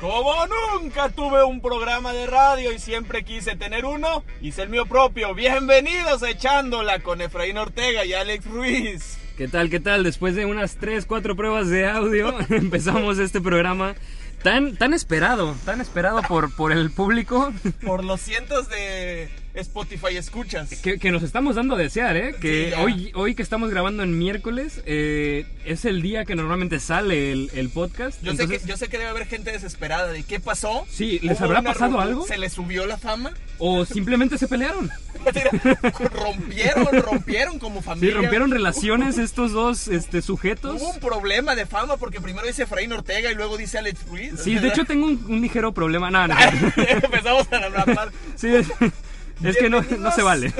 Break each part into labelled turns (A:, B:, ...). A: Como nunca tuve un programa de radio y siempre quise tener uno, hice el mío propio. Bienvenidos a Echándola con Efraín Ortega y Alex Ruiz.
B: ¿Qué tal? ¿Qué tal? Después de unas 3, 4 pruebas de audio, empezamos este programa tan, tan esperado, tan esperado por, por el público,
A: Por los cientos de Spotify escuchas.
B: que, que nos estamos dando a desear, ¿eh?
A: Sí,
B: Que
A: ya.
B: hoy, hoy que estamos grabando en miércoles, eh, es el día que normalmente sale el, el podcast.
A: Yo, sé
B: entonces-
A: que, yo sé que debe haber gente desesperada de qué pasó.
B: Sí, ¿les
A: ¿Hubo
B: habrá
A: una
B: pasado
A: reunión?
B: algo?
A: ¿Se les subió la fama?
B: O simplemente se pelearon.
A: Mira, rompieron, rompieron como
B: Sí,
A: familia.
B: rompieron relaciones estos dos este, sujetos.
A: Hubo un problema de fama porque primero dice Efraín Ortega y luego dice Alex Ruiz.
B: Sí, de hecho tengo un, un ligero problema. No, no.
A: Empezamos a hablar.
B: Sí, es, es que no, no se vale.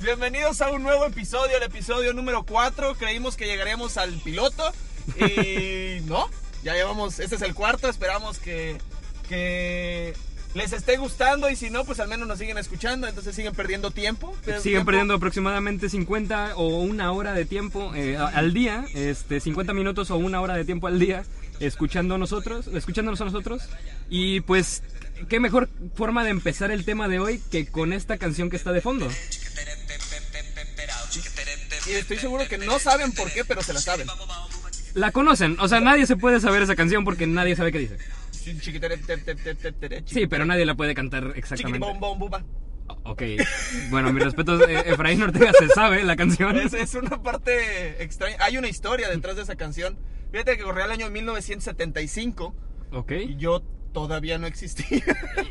A: Bienvenidos a un nuevo episodio, el episodio número 4. Creímos que llegaríamos al piloto y no, ya llevamos, este es el cuarto, esperamos que, que les esté gustando y si no, pues al menos nos siguen escuchando, entonces siguen perdiendo tiempo.
B: Siguen
A: tiempo.
B: perdiendo aproximadamente 50 o una hora de tiempo eh, a- al día, este, 50 minutos o una hora de tiempo al día, escuchando nosotros, escuchándonos a nosotros. Y pues, qué mejor forma de empezar el tema de hoy que con esta canción que está de fondo.
A: Y estoy seguro que no saben por qué, pero se la saben.
B: La conocen, o sea, nadie se puede saber esa canción porque nadie sabe qué dice. Sí, pero nadie la puede cantar exactamente.
A: Chiquitibom, bom, buba.
B: Ok, bueno, mis respetos, eh, Efraín Ortega se sabe la canción.
A: Es, es una parte extraña. Hay una historia detrás de esa canción. Fíjate que corría el año 1975
B: Ok,
A: y yo todavía no existía.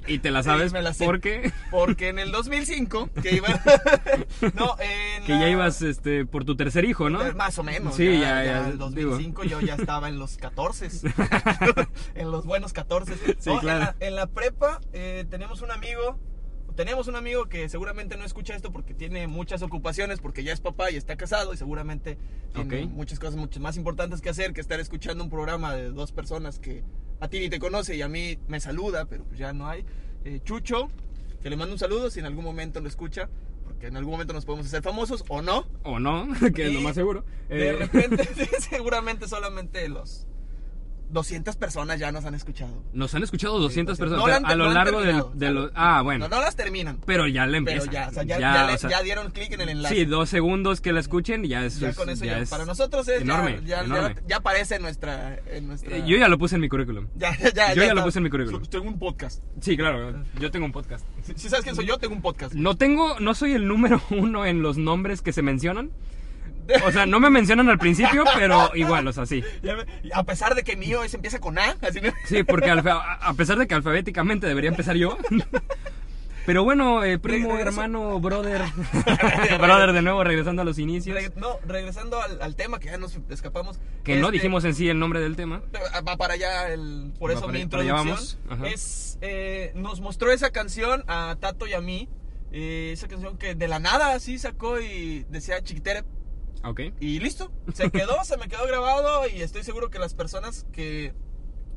B: y te la sabes
A: Sí, me la sé.
B: porque
A: Porque en el 2005, que iba. no, en
B: que
A: la-
B: ya ibas este, por tu tercer hijo, ¿no?
A: Pues, Más o menos.
B: Sí, ya, ya,
A: En el 2005 yo ya estaba en los 14. en los buenos 14.
B: Sí,
A: No, En
B: claro.
A: la, en la prepa eh, tenemos un amigo. Teníamos un amigo que seguramente no escucha esto porque tiene muchas ocupaciones, porque ya es papá y está casado y seguramente tiene
B: Ok.
A: muchas cosas mucho más importantes que hacer que estar escuchando un programa de dos personas que a ti ni te conoce y a mí me saluda, pero pues ya no hay. Eh, Chucho, que le mando un saludo si en algún momento lo escucha, porque en algún momento nos podemos hacer famosos o no.
B: O no, que es lo
A: Y
B: más seguro.
A: De
B: Eh,
A: repente, sí, seguramente solamente los 200 personas ya nos han escuchado.
B: Nos han escuchado 200
A: Sí, o sea,
B: personas
A: no
B: o sea,
A: la han-
B: a
A: no
B: lo
A: han
B: largo del-
A: terminado,
B: de,
A: o sea,
B: los... Ah, bueno.
A: No, no las terminan.
B: Pero ya la
A: Pero
B: empiezan.
A: ya, o sea, ya,
B: Ya,
A: ya le-
B: o sea,
A: ya dieron clic en el enlace.
B: Sí, dos segundos que la escuchen y ya eso
A: ya
B: es-
A: con eso
B: ya
A: ya,
B: es-
A: para nosotros es ya-
B: enorme,
A: ya, ya-
B: enorme.
A: ya aparece en nuestra, en nuestra...
B: Eh, Yo ya lo puse en mi currículum.
A: Ya, ya, ya,
B: yo ya lo
A: está.
B: puse en mi currículum.
A: Su- Tengo un podcast.
B: Sí, claro, yo tengo un podcast.
A: Si, si sabes quién soy yo, tengo un podcast.
B: No tengo, no soy el número uno en los nombres que se mencionan. O sea, no me mencionan al principio, pero igual, o sea, sí.
A: Ya ve- A pesar de que mío es, empieza con A, así no-
B: Sí, porque alfa- a a pesar de que alfabéticamente debería empezar yo. Pero bueno, eh, primo,
A: Regreso.
B: hermano, brother. brother, de nuevo, regresando a los inicios.
A: Reg- No, regresando al, al tema que ya nos escapamos.
B: Que no
A: Este,
B: dijimos en sí el nombre del tema.
A: Ah, Va para allá, el, por
B: Va
A: eso
B: para
A: mi
B: allá- para allá
A: introducción.
B: vamos. Ajá.
A: Es, eh, nos mostró esa canción a Tato y a mí. eh, esa canción que de la nada así sacó y decía chiquitere.
B: Ok.
A: Y listo, se quedó, se me quedó grabado. Y estoy seguro que las personas que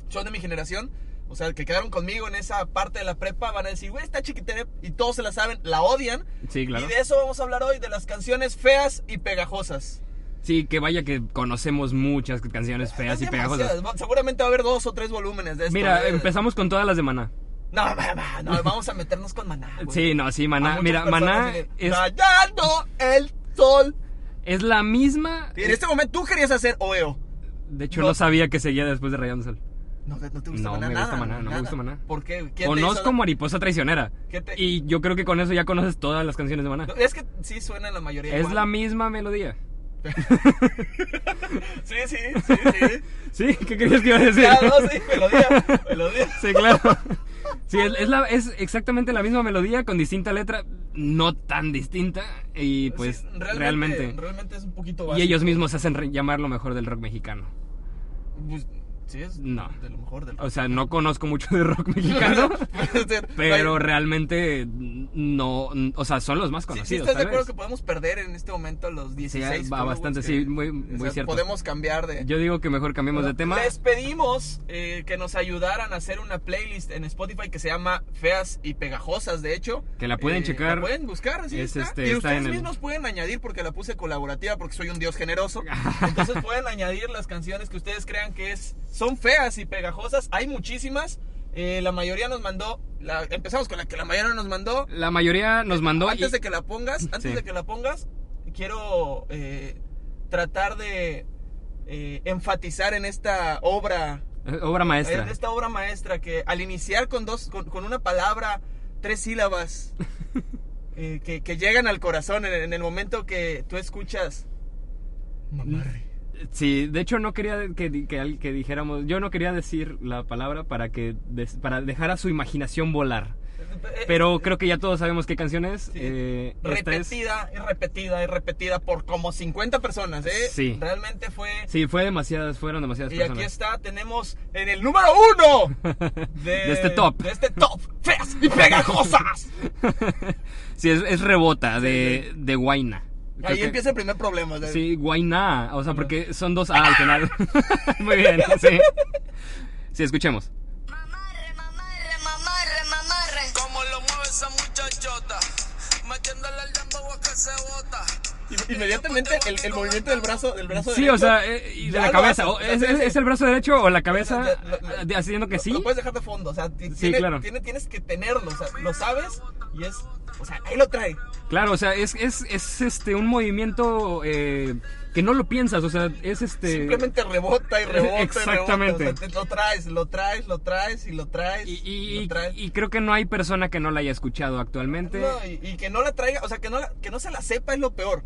A: son de mi generación, o sea, que quedaron conmigo en esa parte de la prepa, van a decir, güey, está chiquitere. Y todos se la saben, la odian.
B: Sí, claro.
A: Y de eso vamos a hablar hoy, de las canciones feas y pegajosas.
B: Sí, que vaya que conocemos muchas canciones feas y
A: Hay
B: pegajosas.
A: demasiadas. Va- Seguramente va a haber dos o tres volúmenes de esto.
B: Mira,
A: eh.
B: empezamos con todas las de Maná.
A: No, va, va, no, vamos a meternos con Maná. güey.
B: Sí, no, sí,
A: A
B: Maná.
A: muchas
B: Mira,
A: personas
B: Maná
A: de-
B: es,
A: Rayando el sol.
B: es la misma.
A: En este momento tú querías hacer Oeo.
B: De hecho,
A: no.
B: no sabía que seguía después de Rayando el Sol.
A: No, no te gusta
B: No,
A: Maná.
B: me gusta
A: nada,
B: Maná, no me
A: nada.
B: gusta Maná.
A: ¿Por qué? güey? ¿Quién te hizo
B: Conozco
A: la-
B: Mariposa Traicionera.
A: ¿Qué te-
B: Y yo creo que con eso ya conoces todas las canciones de Maná.
A: No, Es que sí suena la mayoría.
B: Es
A: igual.
B: la misma melodía.
A: Sí, sí, sí, sí.
B: Sí, ¿qué creías que iba a decir?
A: Ya, no, sí, melodía, melodía.
B: Sí, claro. Sí, es, es la- es exactamente la misma melodía con distinta letra, no tan distinta. Y pues
A: Sí,
B: realmente.
A: Realmente es un poquito
B: Y
A: básico.
B: ellos mismos se hacen re- llamar lo mejor del rock mexicano.
A: Pues, sí, es
B: No.
A: de lo mejor del Pues,
B: O sea, no conozco mucho de rock mexicano,
A: Puede ser.
B: pero
A: Ay,
B: realmente no. O sea, son los más
A: Sí,
B: conocidos.
A: sí, estás de
B: tal
A: acuerdo
B: vez.
A: que podemos perder en este momento los 16.
B: va
A: Pro
B: bastante,
A: Bowls que-
B: sí, muy- muy cierto.
A: Podemos cambiar de...
B: Yo digo que mejor cambiemos de tema.
A: Les pedimos eh, que nos ayudaran a hacer una playlist en Spotify que se llama Feas y Pegajosas, de hecho.
B: Que la pueden
A: Eh,
B: checar.
A: La pueden buscar, sí,
B: Es,
A: está.
B: este,
A: y
B: está
A: ustedes
B: en el-
A: mismos pueden añadir, porque la puse colaborativa, porque soy un dios generoso. Entonces pueden añadir las canciones que ustedes crean que es, son feas y pegajosas. Hay muchísimas. Eh, la mayoría nos mandó. La, empezamos con la que la mayoría nos mandó.
B: La mayoría nos mandó.
A: Antes
B: y-
A: de que la pongas, antes
B: Sí.
A: de que la pongas, quiero eh, tratar de eh, enfatizar en esta obra,
B: eh, Obra maestra.
A: en esta obra maestra que al iniciar con dos, con, con una palabra, tres sílabas eh, que, que llegan al corazón en, en el momento que tú escuchas. Mamarre.
B: Sí, de hecho no quería que, di- que, al- que dijéramos, yo no quería decir la palabra para que des- para dejar a su imaginación volar.
A: Eh,
B: Pero creo que ya todos sabemos qué canción es. eh, esta es-
A: repetida y repetida y repetida por como 50 personas, ¿eh?
B: Sí.
A: Realmente fue.
B: Sí, fue demasiadas, fueron demasiadas
A: Y
B: personas.
A: aquí está, tenemos en el número uno de,
B: De este top.
A: De este top. Feas y pegajosas.
B: Sí, es, es rebota de, de Guaina. Creo
A: Ahí
B: que-
A: empieza el primer problema. o sea,
B: Sí, Guaina. O sea, porque son dos A al final. Muy bien, sí. Sí, escuchemos.
C: Mamarre, mamarre, mamarre, mamarre.
D: Como lo mueve esa muchachota, metiéndole al dembow a que se bota.
A: in- Inmediatamente el, el movimiento del brazo, del brazo
B: Sí,
A: derecho,
B: o sea, eh, y de
A: ya
B: la
A: lo
B: cabeza.
A: haces,
B: o-
A: o sea,
B: ¿Es,
A: sí,
B: es-
A: sí.
B: es el brazo derecho o la cabeza
A: Ya, lo- lo-
B: ah, haciendo que
A: lo-
B: sí?
A: Lo puedes dejar de fondo, o sea, ti- tiene,
B: claro.
A: tiene- tienes que tenerlo, o sea, lo sabes y es, o sea, ahí lo trae.
B: Claro, o sea, es, es, es este, un movimiento eh, que no lo piensas. O sea, es este...
A: Simplemente rebota y rebota. y rebota,
B: Exactamente.
A: o sea, te- lo traes, lo traes, lo traes y lo traes.
B: Y, y-
A: lo traes.
B: y creo que no hay persona que no la haya escuchado actualmente.
A: No, y, y que no la traiga, o sea, que no, la- que no se la sepa es lo peor.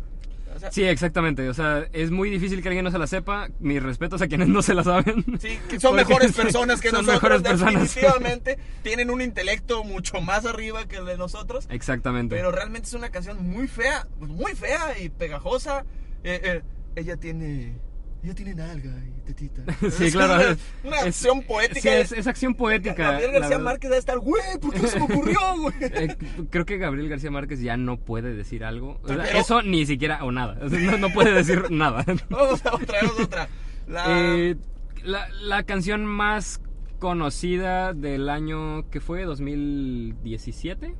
A: O sea,
B: Sí, exactamente. O sea, es muy difícil que alguien no se la sepa. Mis respetos a quienes no se la saben.
A: Sí, que son
B: Porque
A: mejores
B: sí,
A: personas que
B: son
A: nosotros,
B: mejores personas.
A: definitivamente. Tienen un intelecto mucho más arriba que el de nosotros.
B: Exactamente.
A: Pero realmente es una canción muy fea, pues, muy fea y pegajosa. Eh, eh, ella tiene... Ella tiene nalga y tetita.
B: sí, claro.
A: Es una, una acción poética.
B: Sí, es, es acción poética.
A: Gabriel
B: la
A: García
B: verdad.
A: Márquez debe estar, güey, ¿por qué no se me ocurrió, güey?
B: Eh, creo que Gabriel García Márquez ya no puede decir algo. O sea,
A: Pero-
B: eso ni siquiera o nada. O sea, no, no puede decir nada.
A: Vamos a otra, vamos a otra. La-
B: Eh, la, la canción más conocida del año que fue 2017.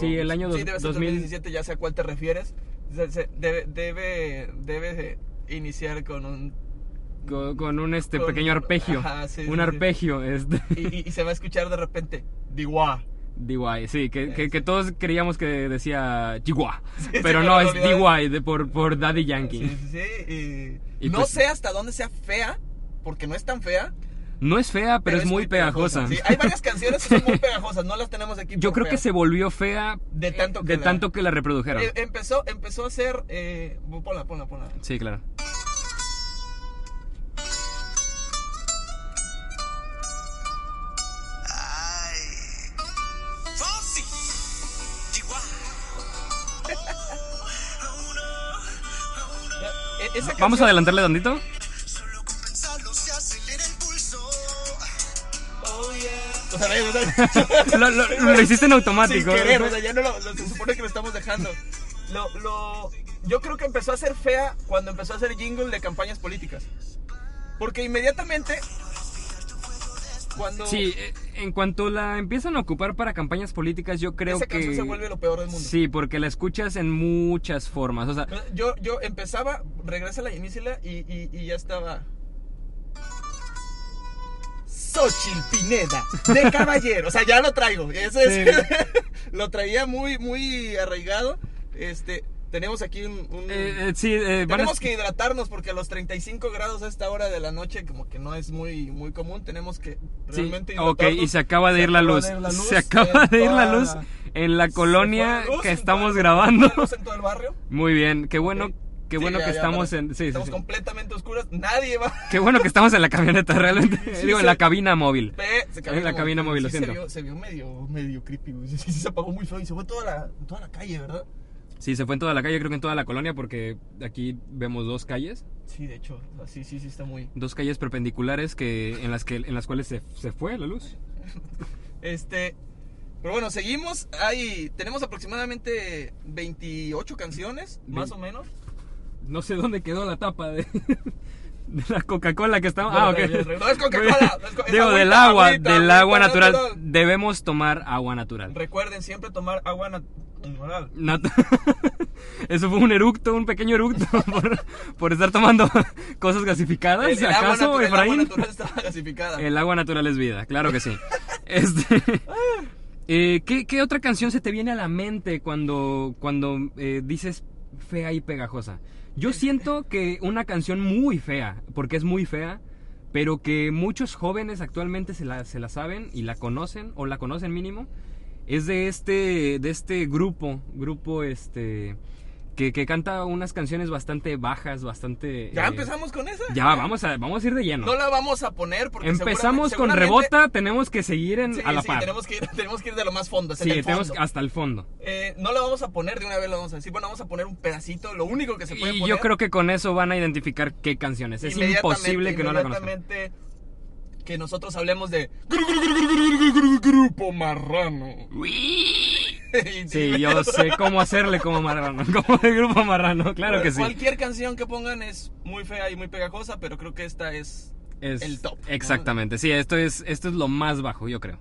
B: sí, el año
A: Sí,
B: dos-
A: debe ser
B: 2000.
A: 2017, ya sé a cuál te refieres. Se- se- debe, debe, debe iniciar con un
B: Con, con un este
A: Con-
B: pequeño arpegio.
A: ajá, sí,
B: un
A: sí, sí.
B: arpegio, este.
A: y, y- y se va a escuchar de repente Digua.
B: DY, sí, que, que,
A: Sí.
B: que todos creíamos que decía Chihuahua,
A: sí,
B: pero
A: pero
B: no,
A: en
B: es
A: realidad-
B: DY de, por, por Daddy Yankee.
A: Sí, sí, sí, y
B: Y
A: no
B: pues-
A: sé hasta dónde sea fea, porque no es tan fea, pero,
B: No es fea, pero, es, muy pegajosa.
A: Sí, hay varias canciones que son muy pegajosas, no las tenemos aquí.
B: Yo
A: por
B: creo que
A: feas.
B: se volvió fea
A: De tanto que
B: de
A: la-
B: tanto que la reprodujeron.
A: Eh, empezó, empezó a ser. Eh, ponla, ponla, ponla.
B: Sí, claro.
D: Ay. Fonsi. Chihuahua. Oh, no, oh, no.
A: Eh, esa
B: Vamos a
A: canción-
B: adelantarle tantito.
D: Solo con pensarlo se acelera el pulso.
A: Oh, yeah. O sea, ve, o sea,
B: Lo, lo- lo hiciste en automático. ¿eh?
A: Sin querer, o sea, ya no lo, lo- se supone que lo estamos dejando. Lo, lo, yo creo que empezó a ser fea cuando empezó a hacer jingle de campañas políticas. Porque inmediatamente, cuando
B: Sí, eh, en cuanto la empiezan a ocupar para campañas políticas, yo creo
A: esa canción
B: que
A: se vuelve lo peor del mundo.
B: Sí, porque la escuchas en muchas formas, o sea,
A: Ah, Yo, yo empezaba, regresa la inícila y, y, y ya estaba. Xochitl Pineda, de caballero. O sea, ya lo traigo. Eso es.
B: Sí.
A: lo traía muy, muy arraigado. Este, tenemos aquí un. un-
B: eh, eh, sí, eh, van a-
A: Tenemos que hidratarnos porque a los 35 grados a esta hora de la noche como que no es muy muy común, tenemos que
B: Sí,
A: realmente
B: ok,
A: hidratarnos.
B: y se acaba de ir la
A: acaba
B: luz.
A: de ir la luz
B: Se acaba
A: en
B: de ir la
A: toda
B: luz
A: la-
B: en la
A: Se
B: colonia
A: fue la luz
B: que
A: en
B: estamos
A: todo-
B: grabando.
A: se fue la luz en todo el barrio.
B: Muy bien, qué bueno,
A: Ok.
B: qué
A: Sí,
B: bueno
A: ya,
B: que
A: ya,
B: estamos
A: vale.
B: en sí, sí,
A: Estamos
B: sí.
A: completamente oscuras, nadie va.
B: Qué bueno que estamos en la camioneta realmente.
A: Sí,
B: Digo, en
A: se-
B: la cabina móvil.
A: Ve, se camina
B: En la
A: como-
B: cabina móvil, lo
A: sí
B: siento.
A: Se vio, se vio medio, medio creepy, güey. Sí, sí, se apagó muy feo y se fue toda la, toda la calle, ¿verdad?
B: Sí, se fue en toda la calle, creo que en toda la colonia porque aquí vemos dos calles,
A: Sí, de hecho, o sea, sí, sí, sí está muy...
B: dos calles perpendiculares que en las que en las cuales se, se fue la luz.
A: Este, pero bueno, seguimos. Hay, tenemos aproximadamente 28 canciones, más
B: Ve-
A: o menos.
B: No sé dónde quedó la tapa de De la Coca-Cola que estamos.
A: Bueno,
B: Ah,
A: ya, ya,
B: ok.
A: no es Coca-Cola, no es co- es
B: Digo, del
A: agüita,
B: agua,
A: agüita,
B: del
A: agüita
B: agua natural.
A: natural.
B: Debemos tomar agua natural.
A: Recuerden siempre tomar agua natural.
B: Nat- Eso fue un eructo, un pequeño eructo por, por estar tomando cosas gasificadas.
A: El, el agua
B: ¿Acaso,
A: natural, el agua
B: Efraín?
A: natural está gasificada.
B: El agua natural es vida, claro que sí. Este, eh, ¿qué, qué otra canción se te viene a la mente cuando, cuando eh, dices fea y pegajosa? Yo siento que una canción muy fea, porque es muy fea, pero que muchos jóvenes actualmente se la, se la saben y la conocen, o la conocen mínimo, es de este, de este grupo, grupo este... Que, que canta unas canciones bastante bajas, bastante...
A: ¿Ya
B: eh,
A: empezamos con esa?
B: Ya, vamos a, vamos a ir de lleno.
A: No la vamos a poner porque
B: Empezamos
A: seguramente-
B: con
A: seguramente-
B: rebota, tenemos que seguir en,
A: Sí,
B: a la
A: sí,
B: par.
A: Tenemos que, ir, tenemos que ir de lo más fondo.
B: sí, tenemos ah.
A: que...
B: hasta el fondo.
A: no la vamos a poner de una vez, la vamos a decir. Bueno, vamos a poner un pedacito, lo único que se puede
B: Y
A: poner.
B: yo creo que con eso van a identificar qué canciones. Es imposible que no la conozcan.
A: Inmediatamente que nosotros hablemos de gru- gru- gru- gru- gru- gru- grupo marrano. Y
B: Sí, yo sé cómo hacerle como marrano, como de grupo marrano, claro que sí.
A: Cualquier canción que pongan es muy fea y muy pegajosa, pero creo que esta es
B: Es-
A: el top. ¿no?
B: Exactamente, sí, esto es, esto es lo más bajo, yo creo.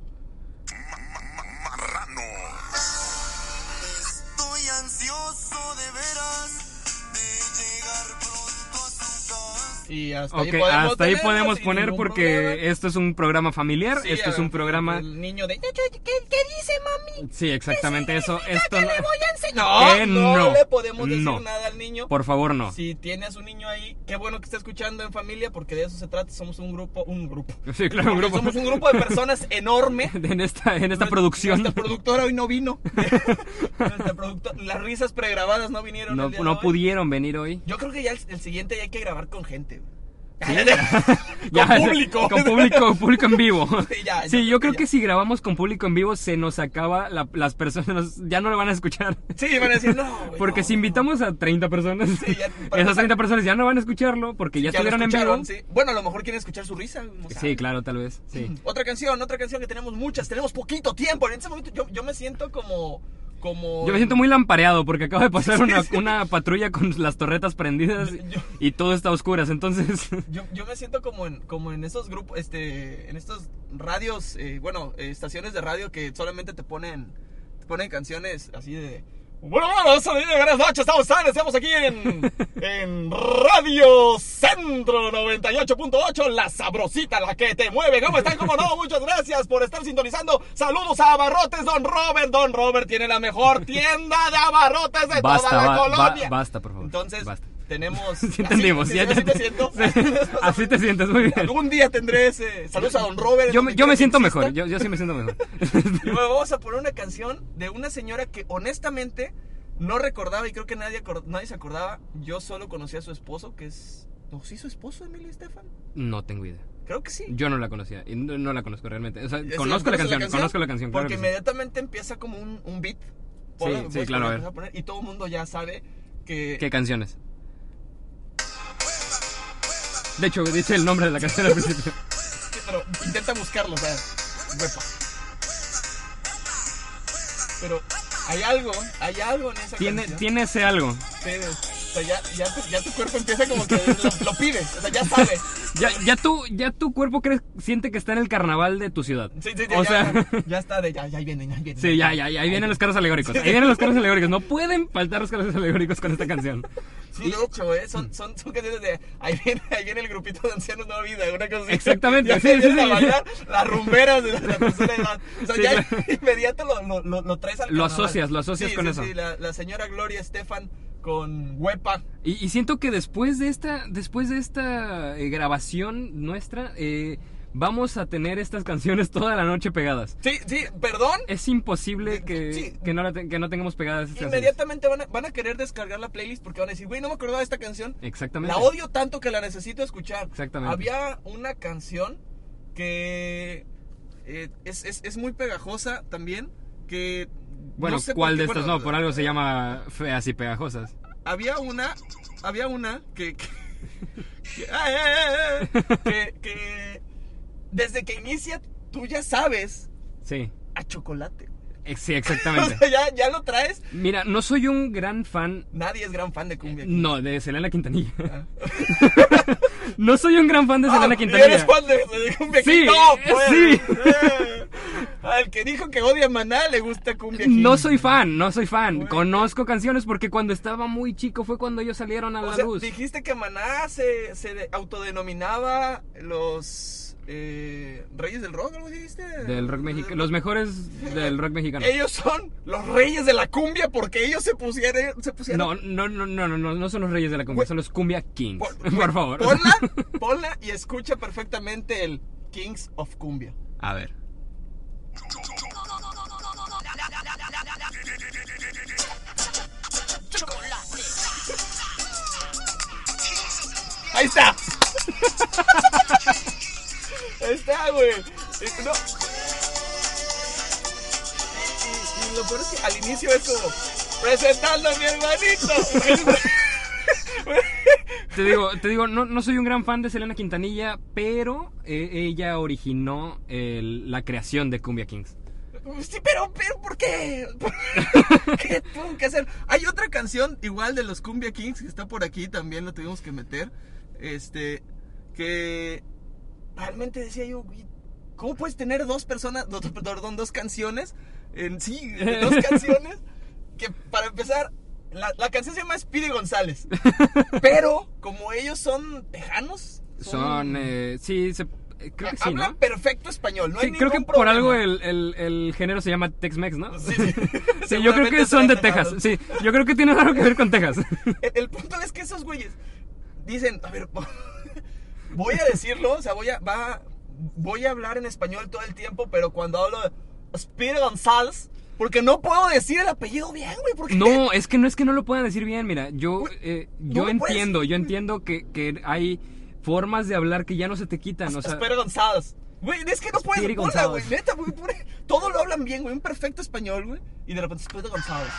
D: Estoy ansioso de veras de llegar pronto a tu casa.
A: Y hasta
B: Ok,
A: ahí podemos,
B: hasta ahí
A: tenerla
B: podemos
A: sin
B: poner
A: ningún
B: porque
A: problema.
B: esto es un programa familiar,
A: Sí,
B: esto es
A: a-
B: un programa...
A: El niño de. ¿Qué, qué dice mami?
B: Sí, exactamente, eso, esto... no-
A: No,
B: Eh,
A: no,
B: no,
A: le podemos decir
B: no.
A: nada al niño.
B: Por favor, no.
A: Si tiene a su niño ahí, qué bueno que está escuchando en familia, porque de eso se trata. Somos un grupo, un grupo.
B: Sí, claro, un grupo.
A: Somos un grupo de personas enorme.
B: en esta, en esta producción.
A: Nuestra productora hoy no vino. Nuestra producto- Las risas pregrabadas no vinieron.
B: No,
A: el día de
B: no
A: hoy.
B: pudieron venir hoy.
A: Yo creo que ya el, el siguiente ya hay que grabar con gente. güey. con
B: Ya,
A: público.
B: Con público, público en vivo.
A: Sí, ya,
B: Sí, yo creo que
A: ya.
B: si grabamos con público en vivo se nos acaba, la- las personas nos- ya no lo van a escuchar.
A: Sí, van a decir, no. güey,
B: Porque
A: Pues no,
B: si
A: no.
B: invitamos a 30 personas,
A: Sí, ya, para empezar.
B: esas 30 personas ya no van a escucharlo porque ya,
A: Ya lo
B: estuvieron en vivo.
A: escucharon, sí. Bueno, a lo mejor quieren escuchar su risa. no
B: Sí,
A: sabe.
B: claro, tal vez. Sí.
A: Otra canción, otra canción que tenemos muchas, tenemos poquito tiempo. En este momento yo, yo me siento como, como.
B: Yo me siento muy lampareado porque acaba de pasar
A: Sí,
B: una,
A: sí.
B: una patrulla con las torretas prendidas
A: Yo- yo-
B: y todo está a oscuras, entonces...
A: Yo, yo me siento como en, como en esos grupos, este, en estos radios, eh, bueno, eh, estaciones de radio que solamente te ponen, te ponen canciones así de. Bueno, bueno, eso viene, buenas noches, estamos sales, estamos aquí en, en Radio Centro 98.8, la sabrosita, la que te mueve. ¿Cómo están? ¿Cómo no? Muchas gracias por estar sintonizando. Saludos a Abarrotes, don Robert. Don Robert tiene la mejor tienda de abarrotes de
B: Basta,
A: toda la
B: ba- ba-
A: colonia.
B: basta, por favor,
A: Entonces,
B: basta.
A: tenemos.
B: Sí, entendimos.
A: así-
B: ya,
A: así
B: ya
A: me
B: te-
A: siento.
B: sí, así te sientes, muy bien.
A: Algún día tendré ese. Saludos a Don Robert.
B: Yo,
A: donde
B: me- yo
A: quiera
B: me
A: que
B: siento
A: exista.
B: mejor, yo, yo sí me siento mejor.
A: Y bueno, vamos a poner una canción de una señora que honestamente no recordaba y creo que nadie, acor- nadie se acordaba. Yo solo conocía a su esposo, que es. ¿No sí su esposo, Emilio Estefan?
B: No tengo idea.
A: Creo que sí.
B: Yo no la conocía, y no, no la conozco realmente. O sea,
A: Eh,
B: conozco
A: ¿sí? ¿Conoces
B: la canción, conozco la canción. claro
A: Porque
B: que sí.
A: inmediatamente empieza como un, un beat.
B: sí,
A: Voy a
B: claro, a ver.
A: empezar a poner, y todo el mundo ya sabe que.
B: ¿Qué canciones? De hecho, dice el nombre de la canción al principio.
A: Sí, pero intenta buscarlo, o sea, huepa. Pero hay algo, hay algo en esa
B: Tiene,
A: canción.
B: tiene ese algo.
A: Tiene. O sea, ya, ya, tu, ya tu cuerpo empieza como que lo, lo pide, o sea, ya sabe.
B: Ya, ya, tu, ya tu cuerpo crees, siente que está en el carnaval de tu ciudad.
A: Sí, sí, sí,
B: o
A: ya,
B: sea,
A: ya, ya está de ya, ya ahí vienen, ya ahí vienen.
B: sí, ya, ya, ya, ahí vienen los carros alegóricos. Ahí vienen los carros alegóricos. No pueden faltar los carros alegóricos con esta canción.
A: Sí, de hecho, eh, son, son, son canciones de ahí viene, ahí viene el grupito de ancianos Nueva Vida, una cosa así.
B: Exactamente,
A: Ya
B: sí,
A: se vienen
B: sí, sí.
A: a bailar las rumberas de la, la tercera edad. O sea,
B: Sí,
A: ya
B: claro.
A: inmediato lo, lo, lo, lo traes al
B: Lo
A: carnaval.
B: asocias, lo asocias
A: Sí,
B: con
A: sí,
B: eso.
A: Sí, la, la señora Gloria Estefan con Huepa.
B: Y, y siento que después de esta, después de esta eh, grabación nuestra, eh, vamos a tener estas canciones toda la noche pegadas.
A: Sí, sí, perdón.
B: Es imposible que,
A: Sí.
B: que, no, la te- que no tengamos pegadas estas canciones.
A: Inmediatamente van a, van a querer descargar la playlist porque van a decir, güey, no me acordaba de esta canción.
B: Exactamente.
A: La odio tanto que la necesito escuchar.
B: Exactamente.
A: Había una canción que eh, es, es- es muy pegajosa también, que...
B: Bueno,
A: no sé por
B: ¿cuál
A: qué-
B: de estas
A: bueno,
B: no? Por algo se llama feas y pegajosas.
A: Había una, había una que... que- que- ¡Ay, ay, ay, ay! que- que desde que inicia tú ya sabes
B: Sí,
A: a chocolate.
B: ex- sí,
A: O
B: exactamente.
A: sea, ya, ya lo traes.
B: Mira, no soy un gran fan,
A: Nadie es gran fan de cumbia.
B: no, de Selena Quintanilla.
A: Ah.
B: No soy un gran fan de Selena
A: Ah,
B: Quintanilla.
A: ¿Eres fan de, de cumbia?
B: Sí,
A: no, pues.
B: sí.
A: Eh. Al que dijo que odia a Maná le gusta cumbia.
B: No
A: King.
B: soy fan, no soy fan. Conozco canciones porque cuando estaba muy chico fue cuando ellos salieron a
A: O
B: la
A: sea,
B: luz.
A: dijiste que Maná se, se de- autodenominaba los eh, Reyes del Rock, algo así dijiste.
B: Del rock mexicano, los mejores del rock mexicano.
A: Ellos son los reyes de la cumbia porque ellos se pusieron. Se pusieron
B: No, no, no, no, no, no, no son los reyes de la cumbia,
A: Güey.
B: son los cumbia kings.
A: Pon-
B: Por,
A: güey,
B: favor.
A: Ponla, ponla y escucha perfectamente el Kings of Cumbia.
B: A ver.
A: Ahí está. Ahí está, güey. Eh, No. Y- y- y lo peor es que al inicio es como presentando a mi hermanito.
B: Te digo, te digo, no, no soy un gran fan de Selena Quintanilla, pero eh, ella originó el- la creación de Cumbia Kings.
A: Sí, pero, pero ¿por qué? ¿Qué tuvo que hacer? Hay otra canción igual de los Cumbia Kings que está por aquí, también la tuvimos que meter. Este, que realmente decía yo, güey, ¿cómo puedes tener dos personas, dos, perdón, dos canciones? En, sí, dos canciones que para empezar, la, la canción se llama Speedy González. Pero como ellos son tejanos,
B: Son, eh, sí, se- eh, creo que sí,
A: hablan
B: ¿no?
A: perfecto español, no hay
B: Sí, creo que
A: ningún
B: por
A: problema.
B: algo el, el- el género se llama Tex-Mex, ¿no?
A: Sí,
B: Sí, yo creo que son
A: Seguramente
B: de Texas.
A: traen
B: Sí, yo creo que tiene algo que ver con Texas.
A: El, el punto es que esos güeyes dicen, a ver, voy a decirlo, o sea, voy a, va- voy a hablar en español todo el tiempo, pero cuando hablo de Speedy González, porque no puedo decir el apellido bien, güey, porque...
B: No, es que no es que no lo puedan decir bien, mira, yo,
A: Güey,
B: eh,
A: no
B: yo
A: lo puedes-
B: entiendo, yo entiendo que, que hay formas de hablar que ya no se te quitan, o sea,
A: Speedy González. Güey, es que no puedes
B: Speedy
A: hola, güey,
B: González.
A: neta, güey, pobre- todo lo hablan bien, güey, un perfecto español, güey, y de repente Speedy González.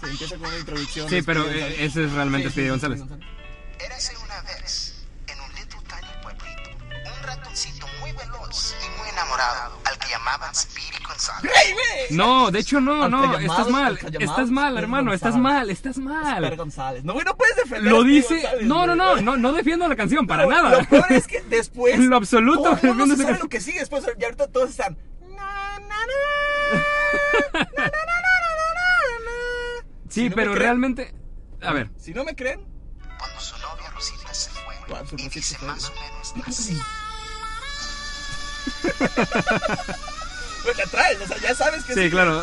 A: Se empieza con una introducción.
B: sí,
A: de
B: pero
A: Speedy
B: eh,
A: González.
B: ese es
A: Sí,
B: realmente
A: sí,
B: Speedy
A: sí,
B: González.
E: Érase una vez, en un little tiny pueblito, un ratoncito muy veloz y muy enamorado, al que llamaban Speedy González.
A: ¡Ey, güey!
B: No, de hecho no, no,
A: Alcayamados,
B: estás mal,
A: alcayamados,
B: estás mal,
A: Speedy
B: hermano, estás
A: González.
B: mal, estás
A: Pero
B: mal.
A: González. No, güey, no puedes defender. a
B: Lo
A: Speedy
B: dice,
A: González,
B: no, no,
A: güey.
B: no, no, no defiendo la canción para
A: Lo-
B: nada.
A: Lo peor es que después.
B: En lo absoluto,
A: Todo el mundo
B: defiendo
A: se
B: esa
A: sabe
B: canción.
A: lo que sigue después. Y ahorita todos están. "Na, na, na, na, na, na, na, na, na, na".
B: Sí,
A: Si no me
B: pero
A: creen-
B: realmente, a ver,
A: Si no me creen.
E: Cuando su novia Rosita se fue,
A: Cuando su
E: y
A: Rosita se
E: dice
A: fue,
E: más o
A: ¿no?
E: menos así.
A: Pues la traes, o sea, ya sabes que
B: sí,
A: sí.
B: claro,